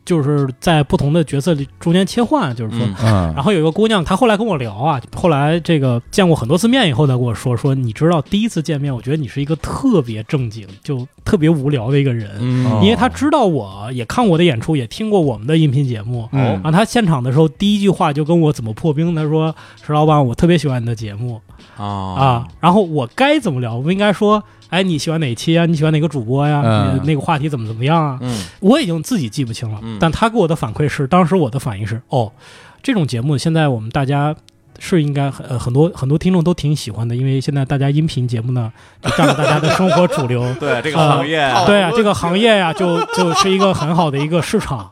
就是在不同的角色里中间切换，就是说。
嗯
嗯
然后有一个姑娘，她后来跟我聊啊，后来这个见过很多次面以后，她跟我说说，你知道第一次见面，我觉得你是一个特别正经，就特别无聊的一个人，
嗯
因为她知道我也看我的演出，也听过我们的音频节目，
嗯
然后他现场的时候，第一句话就跟我怎么破冰，他说：“石老板，我特别喜欢你的节目啊
啊，，
然后我该怎么聊？我应该说，哎，你喜欢哪期啊？你喜欢哪个主播呀、
嗯
你那个话题怎么怎么样啊？
嗯
我已经自己记不清了，
嗯
但他给我的反馈是，当时我的反应是，哦，这种节目现在我们大家。是应该很、呃、很多很多听众都挺喜欢的，因为现在大家音频节目呢就占了大家的生活主流，
对这
个行
业
对啊，这个行业呀、 就就是一个很好的一个市场。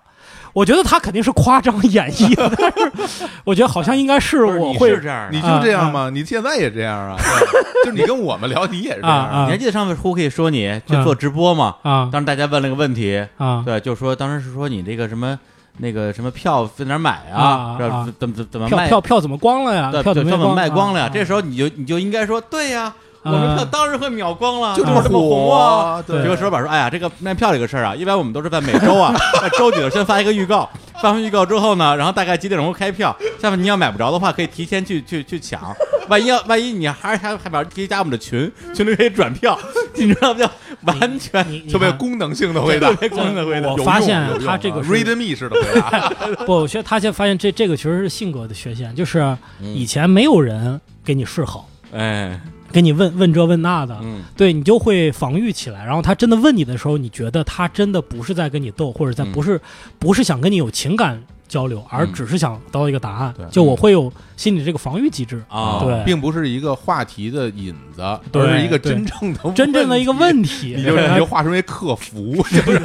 我觉得他肯定是夸张演绎 的，但是我觉得好像应该是我会
这样
你
你
就这样吗？你现在也这样啊？ 就你跟我们聊，你也是这
啊
样啊。
啊
还记得上次胡可以说你去做直播吗？
啊
当时大家问了个问题，
啊
对，就说当时是说你这个什么那个什么票在哪儿买
啊
啊？是吧
啊
怎么怎么怎么
票
卖？
票票怎么光了呀？
对
票
对
怎
怎
么
么卖光了呀？
啊
这时候你就你就应该说，对呀，我们
啊
票当然会秒光了，
就
这么
这么
红啊！
火对
结果石老板说，哎呀，这个卖票这个事儿啊，一般我们都是在每周 啊，在周几的先发一个预告。发完预告之后呢，然后大概几点钟开票？下面你要买不着的话，可以提前去去去抢。万一要万一你还还还把提加我们的群，群里可以转票，你知道不？就完全
你你
特别
看
功能性的回答，
特别功能回答
我
有
发
用
现
有用
他
啊
这个是
read me 式的回答，
不，我觉得他现在发现这这个其实是性格的缺陷，
嗯
就是以前没有人给你示好，
哎，
给你问问这问那的，
嗯
对你就会防御起来。然后他真的问你的时候，你觉得他真的不是在跟你斗，或者在
嗯
不是、不是想跟你有情感交流，而
嗯
只是想得到一个答案
对。
就我会有心理这个防御机制
啊
对，
并不是一个话题的引子，
对
而是一个真正的
真正的 一个
题，
问题，
你就你就化身为客服，就是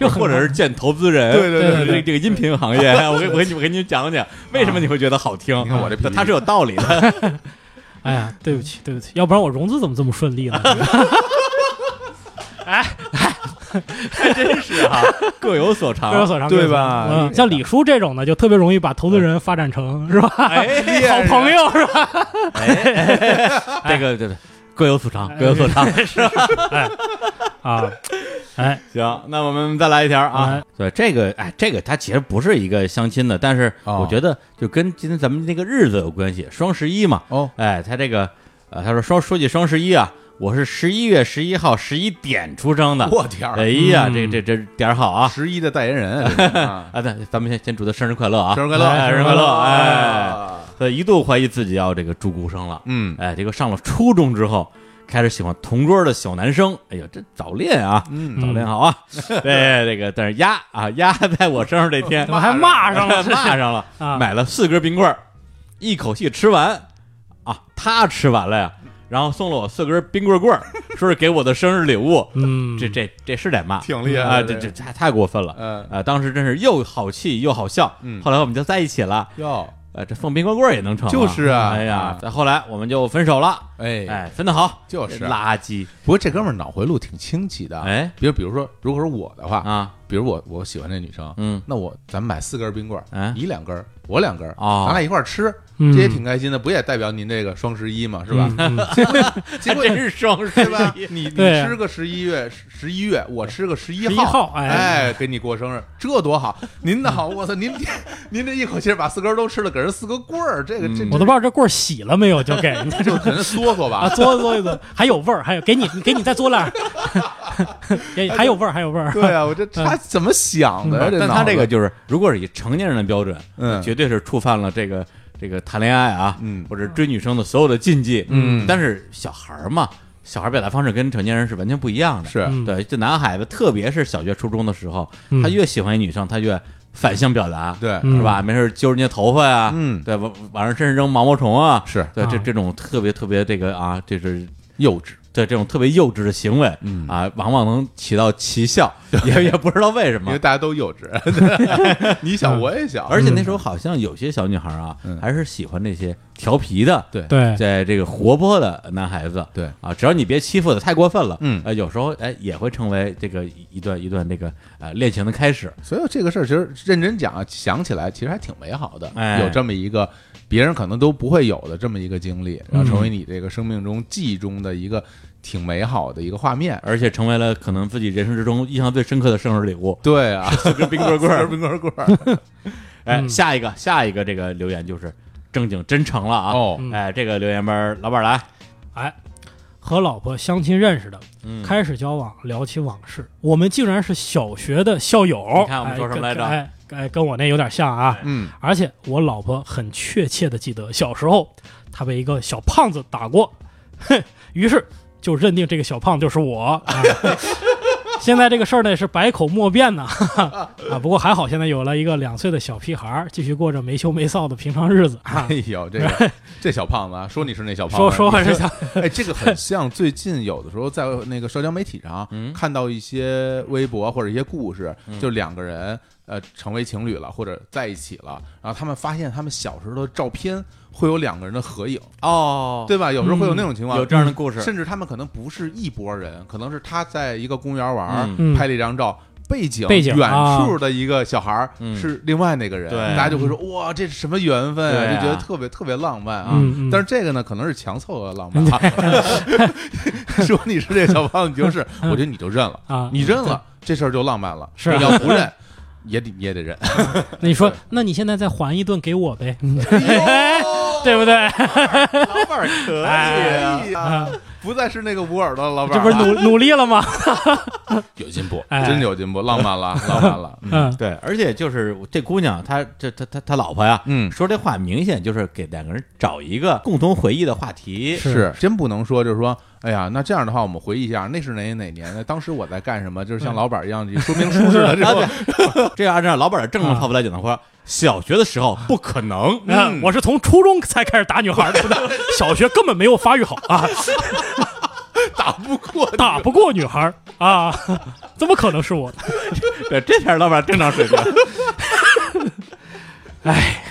就很
或者是见投资人，
对对
对对
这
对
个这个音频行 业，我给我给你我给你讲讲，为什么你会觉得好听？
啊你看我这脾气
它是有道理 的，
哎呀，对不起，对不起，要不然我融资怎么这么顺利呢？
还真是啊， 各有所长，
各有所 长，
对
各有所
吧
长嗯，像李叔这种呢，就特别容易把投资人发展成是吧？
哎
好朋友是吧？
哎 这个对对，各有所长，各有所长。
啊，哎，
行，那我们再来一条啊
哎。
对，这个哎，这个它其实不是一个相亲的，但是
哦
我觉得就跟今天咱们那个日子有关系，双十一嘛。
哦，
哎，他这个呃，他说说说起双十一啊，我是十一月十一号十一点出生的。
我天儿，
哎呀，
嗯
这这这点儿好啊！
十一的代言人，啊
啊，对，咱们先先祝他生日快乐啊！
生日快乐
哎生日快乐！哎，
啊
他一度怀疑自己要这个住孤生了。
嗯
哎，这个上了初中之后，开始喜欢同桌的小男生。哎呀，这早恋啊！
嗯，
早
嗯
恋好啊，对这个，但是丫啊丫在我生日那天
怎么还骂上了？
骂上了，
啊
买了四根冰棍儿，一口气吃完啊，他吃完了呀，然后送了我四根冰棍棍儿，说是给我的生日礼物，
嗯，
这这这是得骂，
挺厉害的
啊，这这太太过分了，
呃，
啊，当时真是又好气又好笑，
嗯
后来我们就在一起了，
哟，
呃，这送冰棍棍儿也能成，
就是啊
哎呀
啊，
再后来我们就分手了，
哎，
哎，分的好，
就是啊
垃圾，
不过这哥们儿脑回路挺清奇的，啊
哎
比如比如说，如果是我的话，
啊，
比如我我喜欢这女生，
嗯
那我咱们买四根冰棍
哎
儿，你两根儿，我两根儿，
哦
咱俩一块儿吃，
嗯
这也挺开心的，不也代表您这个双十一嘛，是吧？
嗯嗯
结果结果
还 真是双十
对吧？
一，
你你
对
吃个十一月十一月，我吃个十一
11号哎
哎，给你过生日，这多好！您呢？我操，您您这一口气儿把四根儿都吃了，给人四个棍儿，这个这
嗯
我都不知道这棍儿洗了没有，就给人家
就可能哆嗦
啊，
吧。
嘬嘬一嘬，还有味儿，还有给你，给你再嘬 两儿，给还有味儿，还有味儿。
对啊，我
嗯
这他怎么想的呀？
嗯但
脑
他
子
这个就是，如果是以成年人的标准，
嗯
绝对是触犯了这个这个谈恋爱啊，
嗯
或者追女生的所有的禁忌，
嗯
但是小孩儿嘛，小孩儿表达方式跟成年人是完全不一样的，
是
嗯
对，就男孩子，特别是小学、初中的时候，
嗯
他越喜欢一女生，他越反向表达，
对
嗯
是吧？没事儿揪人家头发呀、
嗯
对，晚晚上甚至扔毛毛虫啊，
是
对这
啊
这种特别特别这个啊，这是
幼稚，
对这种特别幼稚的行为，
嗯
啊，往往能起到奇 效，也也不知道为什
因
么
为。大家都幼稚， 你想我也想，
嗯而且那时候好像有些小女孩啊，
嗯
还是喜欢那些调皮的，
对
对
在这个活泼的男孩子，
对
啊，只要你别欺负的太过分了，
嗯
呃，有时候哎也会成为这个一一段一段这个呃恋情的开始，
所以这个事儿其实认真讲，想起来其实还挺美好的，
哎
有这么一个别人可能都不会有的这么一个经历，然后成为你这个生命中记忆中的一个挺美好的一个画面。
而且成为了可能自己人生之中印象最深刻的生日礼物。
对啊，
跟冰棍棍儿，
冰棍棍儿
哎，
嗯
下一个下一个这个留言就是正经真诚了啊！
哦，
嗯
哎，这个留言班老板来，
哎，和老婆相亲认识的，
嗯
开始交往，聊起往事，我们竟然是小学的校友。
你看我们说什么来着
哎，跟哎哎跟我那有点像啊。
嗯，
而且我老婆很确切的记得，小时候她被一个小胖子打过，哼，于是就认定这个小胖就是我。啊 现在这个事儿呢是百口莫辩呢， 哈哈啊，不过还好现在有了一个两岁的小屁孩儿，继续过着没羞没臊的平常日子啊
哎。呦，这 个这小胖子啊，说你是那小胖子，
说说
你
回这小，
哎，这个很像最近有的时候在那个社交媒体上
嗯
看到一些微博或者一些故事，就两个人呃成为情侣了或者在一起了，然后他们发现他们小时候的照片会有两个人的合影，
哦，
对吧？有时候会有那种情况，
有这样的故事，
甚至他们可能不是一拨人，可能是他在一个公园玩，
嗯
嗯
拍了一张照。背景
背景
远
啊
处的一个小孩儿
嗯
是另外那个人，
对
大家就会说哇，这是什么缘分
对啊
就觉得特别特别浪漫啊。
嗯嗯
但是这个呢，可能是强凑的浪漫、啊，
嗯
说你是这个小胖子，你就是，我觉得你就认了，
啊，
你认了，这事儿就浪漫了。
是啊
你要不认， 也得你也得认。
那你说
对，哎
那你现在再还一顿给我 呗，对不对？
哎
老板可以啊，
啊
不再是那啊个捂耳朵的老板
这
了，
不是努努力了吗？
有进步，
哎，
真有进步，浪 漫了，浪漫了。嗯
嗯，
对，而且就是这姑娘，她这她她她老婆呀，
嗯
说这话明显就是给两个人找一个共同回忆的话题。
是
是真不能说，就是说，哎呀，那这样的话，我们回忆一下，那是哪哪年的，当时我在干什么，
嗯
就是像老板一样说明书似的，这
啊，
种
对， 这要按照老板的正常套路来讲的话，小学的时候不可能。
那
嗯
我是从初中才开始打女孩的， 小学根本没有发育好啊，
打不过，
打不过女孩啊，怎么可能是我？
对，这才是老板正常水平。
哎，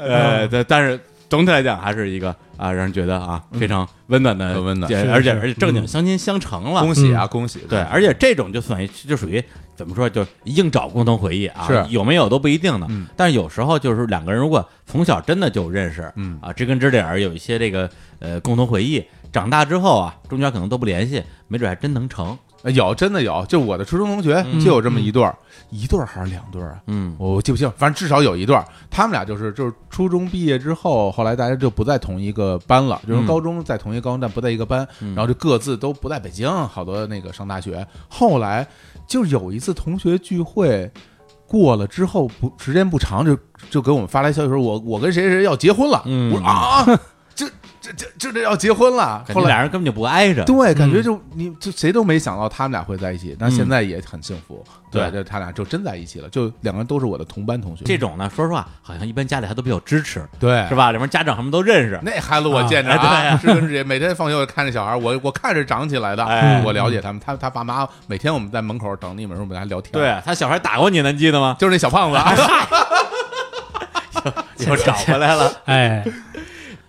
呃，但但是总体来讲还是一个啊，让人觉得啊非常温暖的，
嗯很温暖嗯
也
是
而且
是
而且正经相亲相成了。
恭喜
嗯
啊，恭喜！
对，而且这种就算就属于怎么说，就是硬找共同回忆啊，
是嗯
有没有都不一定呢。但是有时候就是两个人如果从小真的就认识，
嗯
啊，知根知底儿有一些这个呃共同回忆，长大之后啊，中间可能都不联系，没准还真能成。
呃有真的有，就我的初中同学
嗯
就有这么一对儿，一对儿还是两对儿啊？
嗯，
我记不清，反正至少有一段儿，他们俩就是就是初中毕业之后，后来大家就不在同一个班了，就是
嗯
高中在同一个高中，但不在一个班，然后就各自都不在北京，好多那个上大学。后来就有一次同学聚会。过了之后不时间不长就就给我们发来消息说我我跟谁谁谁要结婚了，
嗯
我说啊，这这这这这要结婚了，
感觉
后来
俩人根本就不挨着。
对，感觉
嗯
就你就谁都没想到他们俩会在一起，但现在也很幸福。对，
嗯对
就他俩就真在一起了，就两个人都是我的同班同学。
这种呢，说实话，好像一般家里还都比较支持，
对
是？吧？两边家长他们都认识。
那孩子我见着
啊哎对
啊，是跟是每天放学我看着小孩，我我看着长起来的
哎，
我了解他们。他他爸妈每天我们在门口等你们，我们还聊天。，
对啊他小孩打过你呢，你记得吗？
就是那小胖 子啊，
又找回来了。
哎，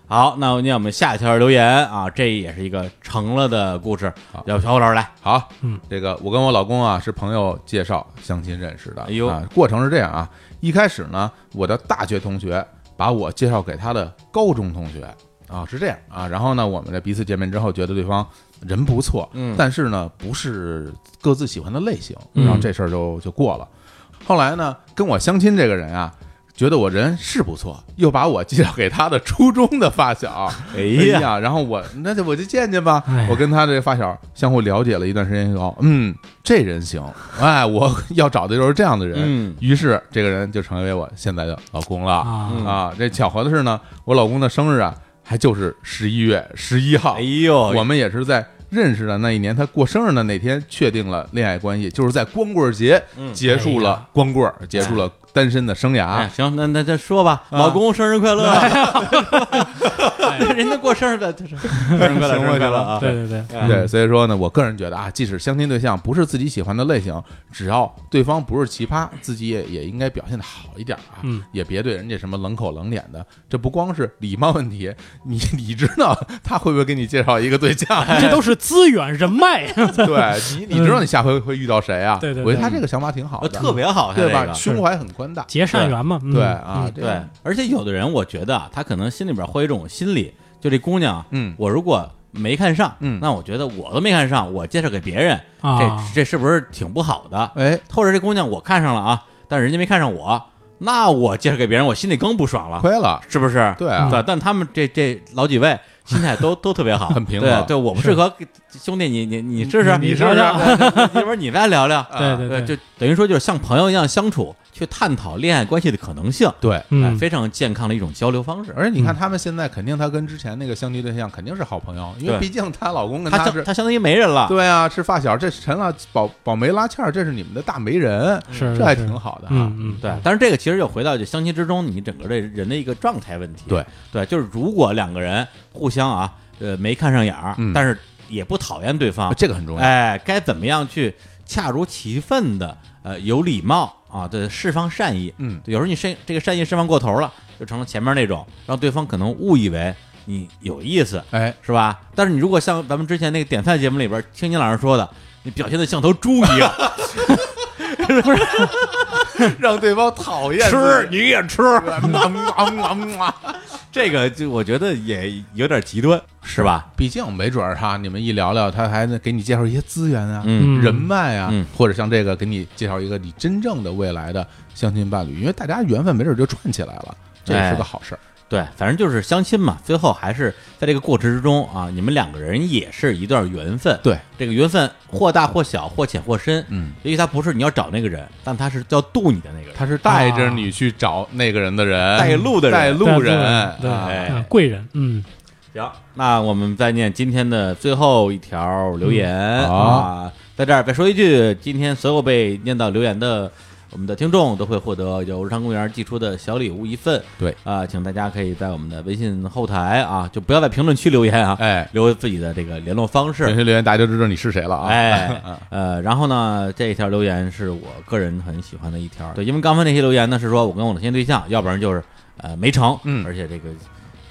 好，那我念我们下一条留言啊，这也是一个成了的故事
好，
要不小虎老师来。
好，
嗯，
这个我跟我老公啊是朋友介绍相亲认识的。
哎呦
啊，过程是这样啊，一开始呢，我的大学同学把我介绍给他的高中同学啊，是这样啊。然后呢，我们在彼此见面之后，觉得对方人不错，
嗯
但是呢，不是各自喜欢的类型，
嗯
然后这事儿就就过了。后来呢，跟我相亲这个人啊。觉得我人是不错，又把我介绍给他的初中的发小，
哎
哎
呀，
呀，然后我那就我就见见吧
哎呀。
我跟他这发小相互了解了一段时间以后，嗯，这人行，哎，我要找的就是这样的人。
嗯
于是这个人就成为我现在的老公了
啊
啊这巧合的是呢，我老公的生日啊，还就是十一月十一号
哎。呦，
我们也是在认识的那一年，他过生日的那天确定了恋爱关系，就是在光棍节
嗯
结束了光棍儿，结束了单身的生涯啊
哎，。行，那那再说吧，老公生日快 乐！人家过生日的，就是 生日快乐，
行
生日快乐啊！
对对对，
对，所以说呢，我个人觉得啊，即使相亲对象不是自己喜欢的类型，只要对方不是奇葩，自己也也应该表现的好一点啊，
嗯
也别对人家什么冷口冷脸的。这不光是礼貌问题，你你知道他会不会给你介绍一个对象？
这都是资源人脉，啊
对你，你知道你下回会遇到谁啊？
对对对
我觉得他这个想法挺好
呃
的，
特别好，
对
他
吧？
这个
胸怀很宽大，
结善缘嘛。嗯
对啊，，这
对
样，
而且有的人，我觉得啊，他可能心里边会有一种心理，就这姑娘啊，
嗯
我如果没看上，
嗯
那我觉得我都没看上，我介绍给别人，
啊
这这是不是挺不好的？
哎，
或者这姑娘我看上了啊，但人家没看上我，那我介绍给别人，我心里更不爽了，
亏了，
是不是？
对啊
嗯
对，但他们这这老几位心态 都都特别好，
很平和
对，对我不适合，兄弟，你你你试试，
你你
试试，
聊聊
啊
要不然你再聊聊。
对对
对，就等于说就是像朋友一样相处，去探讨恋爱关系的可能性，
对。
哎，
嗯，
非常健康的一种交流方式。
而且你看，他们现在肯定，他跟之前那个相亲对象肯定是好朋友，因为
对
毕竟她老公跟
他
她
相
是
他相当于没人了，
对啊，是发小，这是陈老宝宝梅拉倩儿，这是你们的大媒人，
是
这还
是
挺好的啊。
嗯嗯，
对，但是这个其实又回到就相亲之中，你整个这人的一个状态问题。
对
对，就是如果两个人互相啊，呃，没看上眼儿，
嗯啊
但是也不讨厌对方，
这个很重要。
哎，该怎么样去恰如其分的，呃，有礼貌啊，对，释放善意。
嗯
对有时候你善这个善意释放过头了，就成了前面那种，让对方可能误以为你有意思，
哎，
是吧？但是你如果像咱们之前那个点菜节目里边，青青老师说的，你表现的像头猪一 样，
让对方讨厌
吃
自己，嗯
你也吃，这个就我觉得也有点极端，是吧？
毕竟没准儿哈，你们一聊聊，他还能给你介绍一些资源啊、
嗯
人脉啊
嗯，
或者像这个给你介绍一个你真正的未来的相亲伴侣，因为大家缘分没准儿就串起来了，这也是
哎
个好事儿。
对，反正就是相亲嘛，最后还是在这个过程之中啊，你们两个人也是一段缘分。
对，
这个缘分或大或小，或浅或深。
嗯，
也许他不是你要找那个人，但他是要渡你的那个人。
他是带着你去找那个人的人，
带路的人
带
对
路人，
对
啊
哎
嗯贵人，嗯，
行，那我们再念今天的最后一条留言、
嗯好
啊，在这儿再说一句，今天所有被念到留言的我们的听众都会获得由日常公园寄出的小礼物一份。
对
啊、请大家可以在我们的微信后台啊，就不要在评论区留言啊，
哎，
留自己的这个联络方式
评。 论留言大家就知道你是谁了啊！
哎，呃，然后呢，这一条留言是我个人很喜欢的一条，对，因为刚才那些留言呢是说我跟我的现对象，要不然就是呃没成，
嗯
而且这个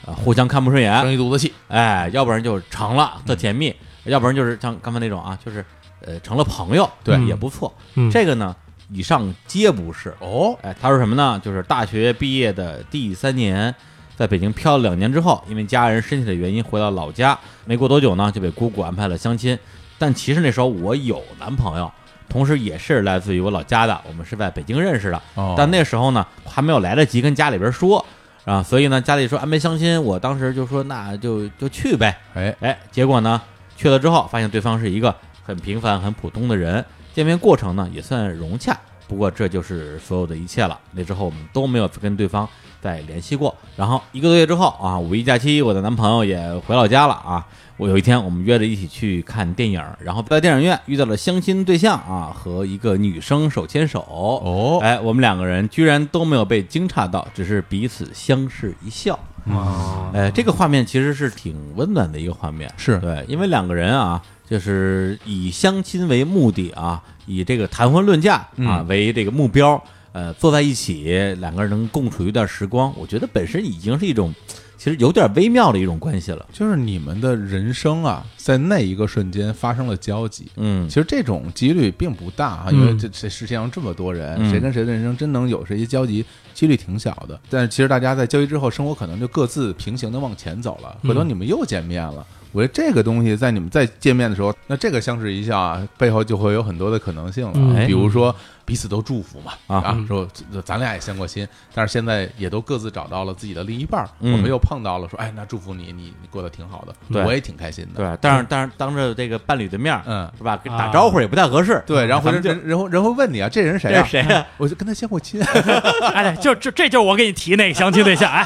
呃互相看不顺眼，
生一肚子气，
哎，要不然就是成了特甜蜜，要不然就是像刚才那种啊，就是呃成了朋友，
嗯对
也不错。
嗯
这个呢，以上皆不是。
哦，
哎，他说什么呢？就是大学毕业的第三年，在北京漂了两年之后，因为家人身体的原因回到老家，没过多久呢，就被姑姑安排了相亲。但其实那时候我有男朋友，同时也是来自于我老家的，我们是在北京认识的。
哦
但那时候呢，还没有来得及跟家里边说啊，所以呢，家里说安排相亲，我当时就说那就就去呗。
哎，
哎，结果呢，去了之后发现对方是一个很平凡、很普通的人，见面过程呢也算融洽。不过这就是所有的一切了。那之后我们都没有跟对方再联系过。然后一个多月之后啊，五一假期，我的男朋友也回老家了啊。我有一天我们约着一起去看电影，然后在电影院遇到了相亲对象啊，和一个女生手牵手。
哦
哎，我们两个人居然都没有被惊诧到，只是彼此相视一笑。
哦
哎，这个画面其实是挺温暖的一个画面，
是
对，因为两个人啊，就是以相亲为目的啊，以这个谈婚论嫁啊、
嗯
为这个目标，呃，坐在一起，两个人能共处一段时光，我觉得本身已经是一种，其实有点微妙的一种关系了。
就是你们的人生啊，在那一个瞬间发生了交集。
嗯
其，实这种几率并不大啊，
嗯
因为这这世界上这么多人，
嗯
谁跟谁的人生真能有谁交集，几率挺小的。但是其实大家在交集之后，生活可能就各自平行的往前走了。
嗯
回头你们又见面了，我觉得这个东西在你们再见面的时候，那这个相视一笑啊，背后就会有很多的可能性了。
嗯
比如说彼此都祝福嘛，
哎啊
啊，说咱俩也相过亲，但是现在也都各自找到了自己的另一半儿，
嗯
我们又碰到了，说哎，那祝福你，你你过得挺好
对
的，我也挺开心的。
对，但是但是当着这个伴侣的面儿，
嗯
是吧？给打
啊
招呼也不太合适。
对，然后
咱
回
们
头
就
人人会人会问你啊，这人谁
这
啊？
是谁呀、
我就跟他相过亲，
哎，就这这就是我给你提那个相亲对象，哎，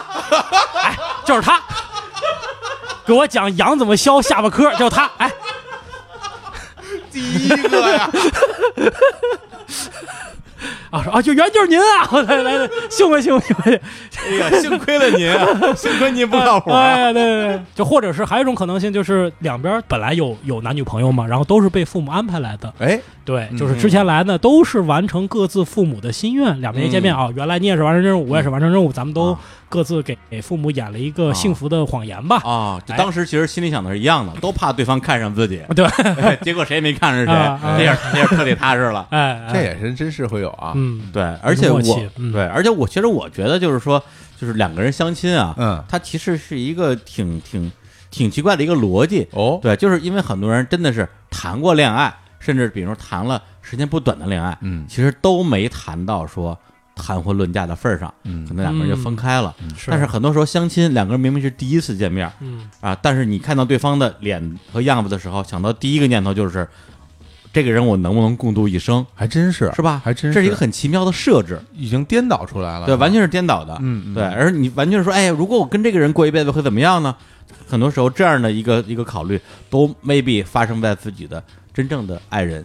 哎，就是他，给我讲羊怎么削下巴颏，就是他，哎，
第一个呀，
啊说啊，就原来就是您啊， 来来来，幸会幸会幸会，
哎呀，幸亏了您 啊，幸亏 您不靠谱、啊。
哎，对对对，就或者是还有一种可能性，就是两边本来有有男女朋友嘛，然后都是被父母安排来的，
哎，
对，
嗯
就是之前来呢都是完成各自父母的心愿，两边一见面啊，原来你也是完成任务，我也是完成任务，咱们都
嗯啊
各自给给父母演了一个幸福的谎言吧，
啊，就当时其实心里想的是一样的，都怕对方看上自己， 哎
对，
结果谁也没看上
啊
谁，
啊
这样这样彻底踏实 了。
哎，
这
哎
也是真是会有啊，
嗯，
对，而且我
默契嗯
对，而且我其实我觉得就是说，就是两个人相亲啊，
嗯，
它其实是一个挺挺挺奇怪的一个逻辑。
哦，
对，就是因为很多人真的是谈过恋爱，甚至比如说谈了时间不短的恋爱，
嗯
其实都没谈到说谈婚论嫁的份儿上，
嗯
可能两个人就分开了。
是
但是很多时候相亲，两个人明明是第一次见面，
嗯，
啊，但是你看到对方的脸和样子的时候，想到第一个念头就是，这个人我能不能共度一生，
还真是
是吧？
还真
这是一个很奇妙的设置，
已经颠倒出来了，
对，完全是颠倒的，
嗯嗯
对。而你完全是说，哎，如果我跟这个人过一辈子会怎么样呢？很多时候这样的一个一个考虑，都 maybe 发生在自己的真正的爱人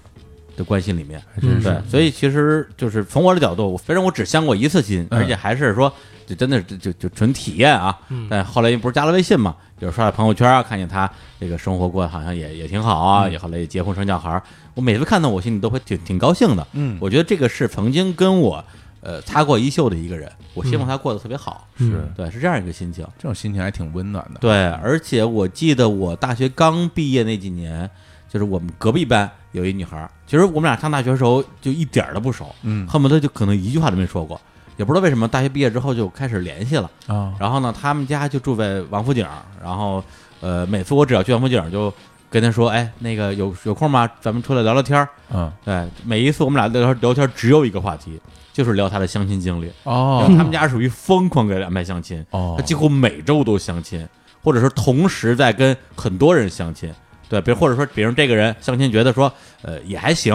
的关系里面，
还真是
对。所以其实就是从我的角度，我虽然我只相过一次亲，
嗯
而且还是说。就真的是就就就纯体验啊！
嗯
但后来因为不是加了微信嘛，有时候刷朋友圈啊，看见他这个生活过得好像也也挺好
嗯
啊，也后来也结婚生小孩儿，我每次看到我心里都会挺挺高兴的。
嗯
我觉得这个是曾经跟我呃擦过一袖的一个人，我希
嗯
望他过得特别好，
是
对，是这样一个心情。
这种心情还挺温暖的，
对，而且我记得我大学刚毕业那几年，就是我们隔壁班有一女孩儿，其实我们俩上大学的时候就一点儿都不熟，
嗯
恨不得就可能一句话都没说过，也不知道为什么大学毕业之后就开始联系了。
啊，
然后呢，他们家就住在王府井，然后呃，每次我只要去王府井就跟他说，哎，那个有有空吗？咱们出来聊聊天儿。
嗯，
对，每一次我们俩聊天聊天只有一个话题，就是聊他的相亲经历。然
哦
后他们家属于疯狂给安排相亲，
哦
他几乎每周都相亲，或者说同时在跟很多人相亲。对，比如或者说，比如这个人相亲觉得说，呃，也还行，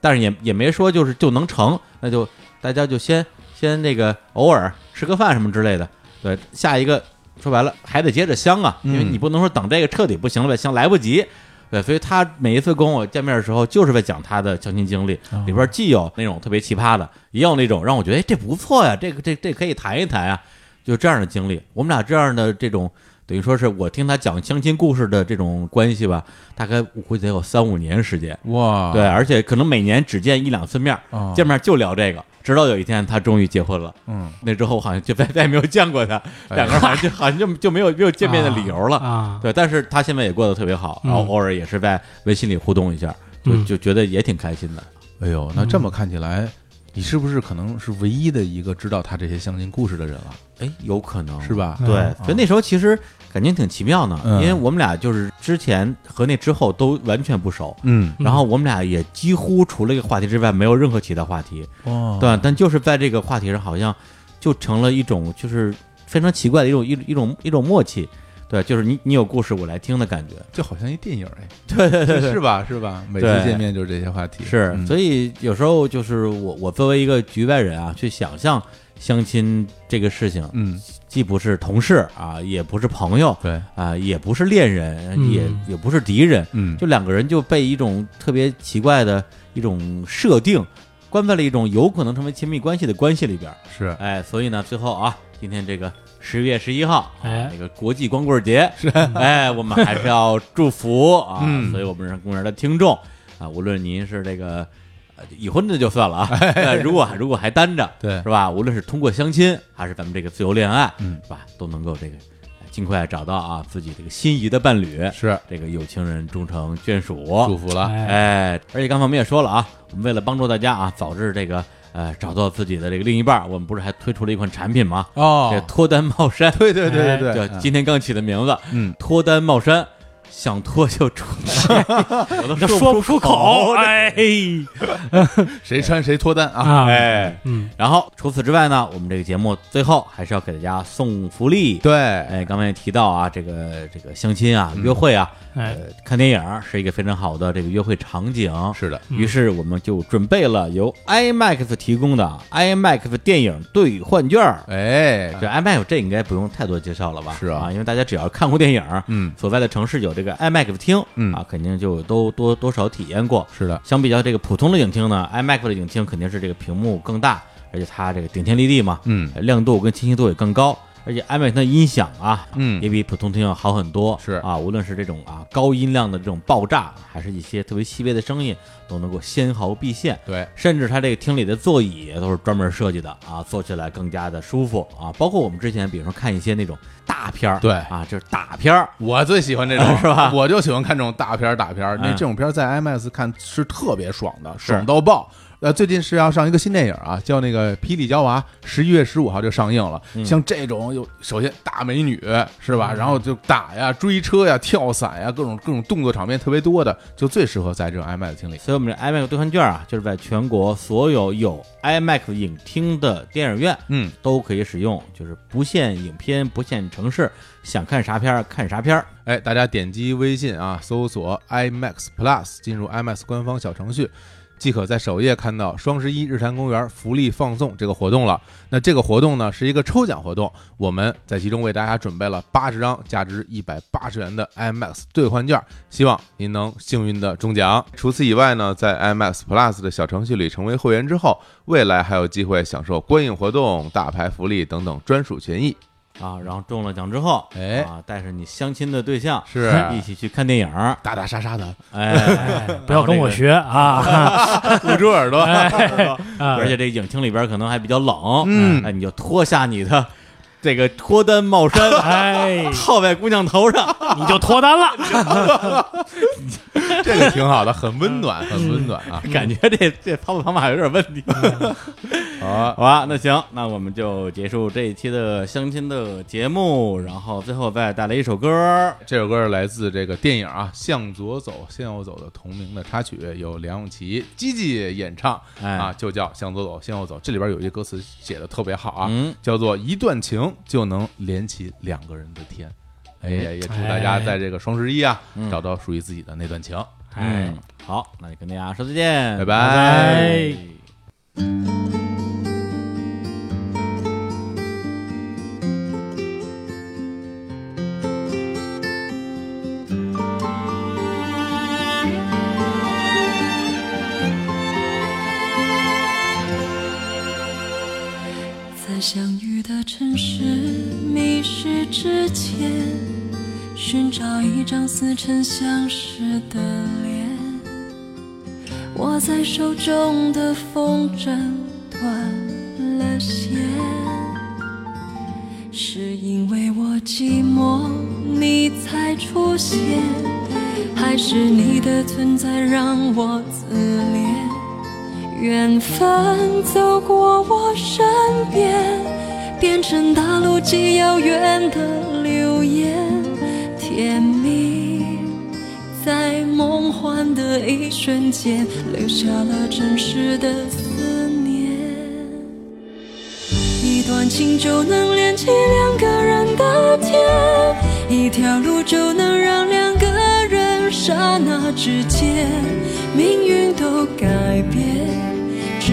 但是也也没说就是就能成，那就大家就先先那个偶尔吃个饭什么之类的。对，下一个说白了还得接着相啊，因为
嗯
你不能说等这个彻底不行了呗，相来不及。对，所以他每一次跟我见面的时候，就是在讲他的相亲经历，
哦
里边既有那种特别奇葩的，也有那种让我觉得哎这不错呀，这个这这可以谈一谈啊，就这样的经历。我们俩这样的这种，等于说是我听他讲相亲故事的这种关系吧，大概我估计得有三五年时间。
哇，
对，而且可能每年只见一两次面，
哦
见面就聊这个，直到有一天他终于结婚了。
嗯，
那之后好像就再再也没有见过他，两个人好像就 好像就就没有没有见面的理由了。
啊，
对，但是他现在也过得特别好，然后
嗯
偶尔也是在微信里互动一下，就
嗯
就觉得也挺开心的。
哎呦，那这么看起来，你是不是可能是唯一的一个知道他这些相亲故事的人了，
哎，有可能
是？吧？
嗯
对，所以那时候其实感情挺奇妙呢，
嗯
因为我们俩就是之前和那之后都完全不熟，
嗯，
然后我们俩也几乎除了一个话题之外没有任何其他话题，
哇，
对，但就是在这个话题上，好像就成了一种就是非常奇怪的一种一一种一种默契。对，就是你你有故事我来听的感觉，
就好像一电影哎，对对对，是吧？是吧？每次
对
见面就是这些话题，
是，
嗯
所以有时候就是我我作为一个局外人啊，去想象相亲这个事情，
嗯，
既不是同事啊，也不是朋友
对，
啊，也不是恋人，
嗯
也也不是敌人，
嗯，
就两个人就被一种特别奇怪的一种设定关在了一种有可能成为亲密关系的关系里边儿。
是
哎，所以呢，最后啊，今天这个十月十一号，
哎
那个国际光棍节，是，哎，我们还是要祝福啊，
嗯
所以我们是公园的听众啊，无论您是这个。呃已婚的就算 了啊，呃如果如果还单着，
哎对
是吧？无论是通过相亲，还是咱们这个自由恋爱，
嗯
是吧？都能够这个呃尽快找到啊自己这个心仪的伴侣，
是，
这个有情人终成眷属，
祝福了，
哎，
哎，而且刚才我们也说了啊，我们为了帮助大家啊，早日这个呃找到自己的这个另一半儿，我们不是还推出了一款产品吗？
哦
这脱单帽衫，
对对对哎对
叫
对，
今天刚起的名字，
嗯，
脱单帽衫，想脱就脱，我都
这
说
说不出口，哎嘿
谁穿谁脱单啊？
啊，
哎。
嗯，
然后除此之外呢，我们这个节目最后还是要给大家送福利。，
对，
哎，刚才也提到啊，这个这个相亲啊、约会啊、
哎，
呃看电影儿是一个非常好的这个约会场景。
是的，
于是我们就准备了由 IMAX 提供的 IMAX 电影兑换券儿。
哎，
这 IMAX 这应该不用太多介绍了吧？
是啊
因为大家只要看过电影，
嗯
所在的城市有这个 IMAX 厅，
嗯
啊，肯定就都多多少体验过。
是的，
相比较这个普通的影厅呢，IMAX 的影厅肯定是这个屏幕更大，而且它这个顶天立地嘛，
嗯
呃，亮度跟清晰度也更高，而且 IMAX 的音响啊，
嗯
也比普通听要好很多。
是
啊，无论是这种啊高音量的这种爆炸，还是一些特别细微的声音，都能够纤毫毕现。
对，
甚至它这个厅里的座椅都是专门设计的啊，坐起来更加的舒服啊。包括我们之前，比如说看一些那种大片儿，
对
啊，就是大片儿，
我最喜欢这 种
是吧
我就喜欢看这种大片儿大片儿，那
嗯
这种片儿在 IMAX 看是特别爽的，爽到爆。呃，最近是要上一个新电影啊，叫那个《霹雳娇娃》，十一月十五号就上映了。像这种有首先大美女是吧，然后就打呀、追车呀、跳伞呀，各种各种动作场面特别多的，就最适合在这种 IMAX 厅里。
所以我们这 IMAX 兑换券啊，就是在全国所有有 IMAX 影厅的电影院，
嗯，
都可以使用，就是不限影片、不限城市，想看啥片儿看啥片儿。
哎，大家点击微信啊，搜索 IMAX Plus，进入 IMAX 官方小程序，即可在首页看到双十一日坛公园福利放送这个活动了。那这个活动呢是一个抽奖活动，我们在其中为大家准备了八十张价值一百八十元的 IMAX 兑换券，希望您能幸运的中奖。除此以外呢，在 IMAX Plus 的小程序里成为会员之后，未来还有机会享受观影活动、大牌福利等等专属权益。
啊，然后中了奖之后，
哎
啊，带着你相亲的对象
是
一起去看电影儿，
打打杀杀的，
哎，
不要跟我学啊，
捂住耳朵。
而且这影厅里边可能还比较冷，
嗯
哎，你就脱下你的这个脱单帽衫，
哎，
套在姑娘头上，
你就脱单了，
这个挺好的，很温暖，很温暖啊！
感觉这这操作方法有点问题。
啊
好吧，那行，那我们就结束这一期的相亲的节目，然后最后再带来一首歌，
这首歌是来自这个电影啊《向左走，向右走》的同名的插曲，由梁咏琪、吉吉演唱，
哎
啊，就叫《向左走，向右走》。这里边有一句歌词写的特别好啊，
嗯
叫做“一段情就能连起两个人的天”。哎，也祝大家在这个双十一啊，
哎
找到属于自己的那段情。
哎
嗯，好，那就跟大家说再见，
拜
拜
拜
在相遇的城市迷失之前，寻找一张似曾相识的脸。我在手中的风筝断了线，是因为我寂寞你才出现，还是你的存在让我自恋？缘分走过我身边，变成大陆极遥远的流言，甜蜜在梦幻的一瞬间，留下了真实的思念。一段情就能连起两个人的天，一条路就能让两个人刹那之间，命运都改变。只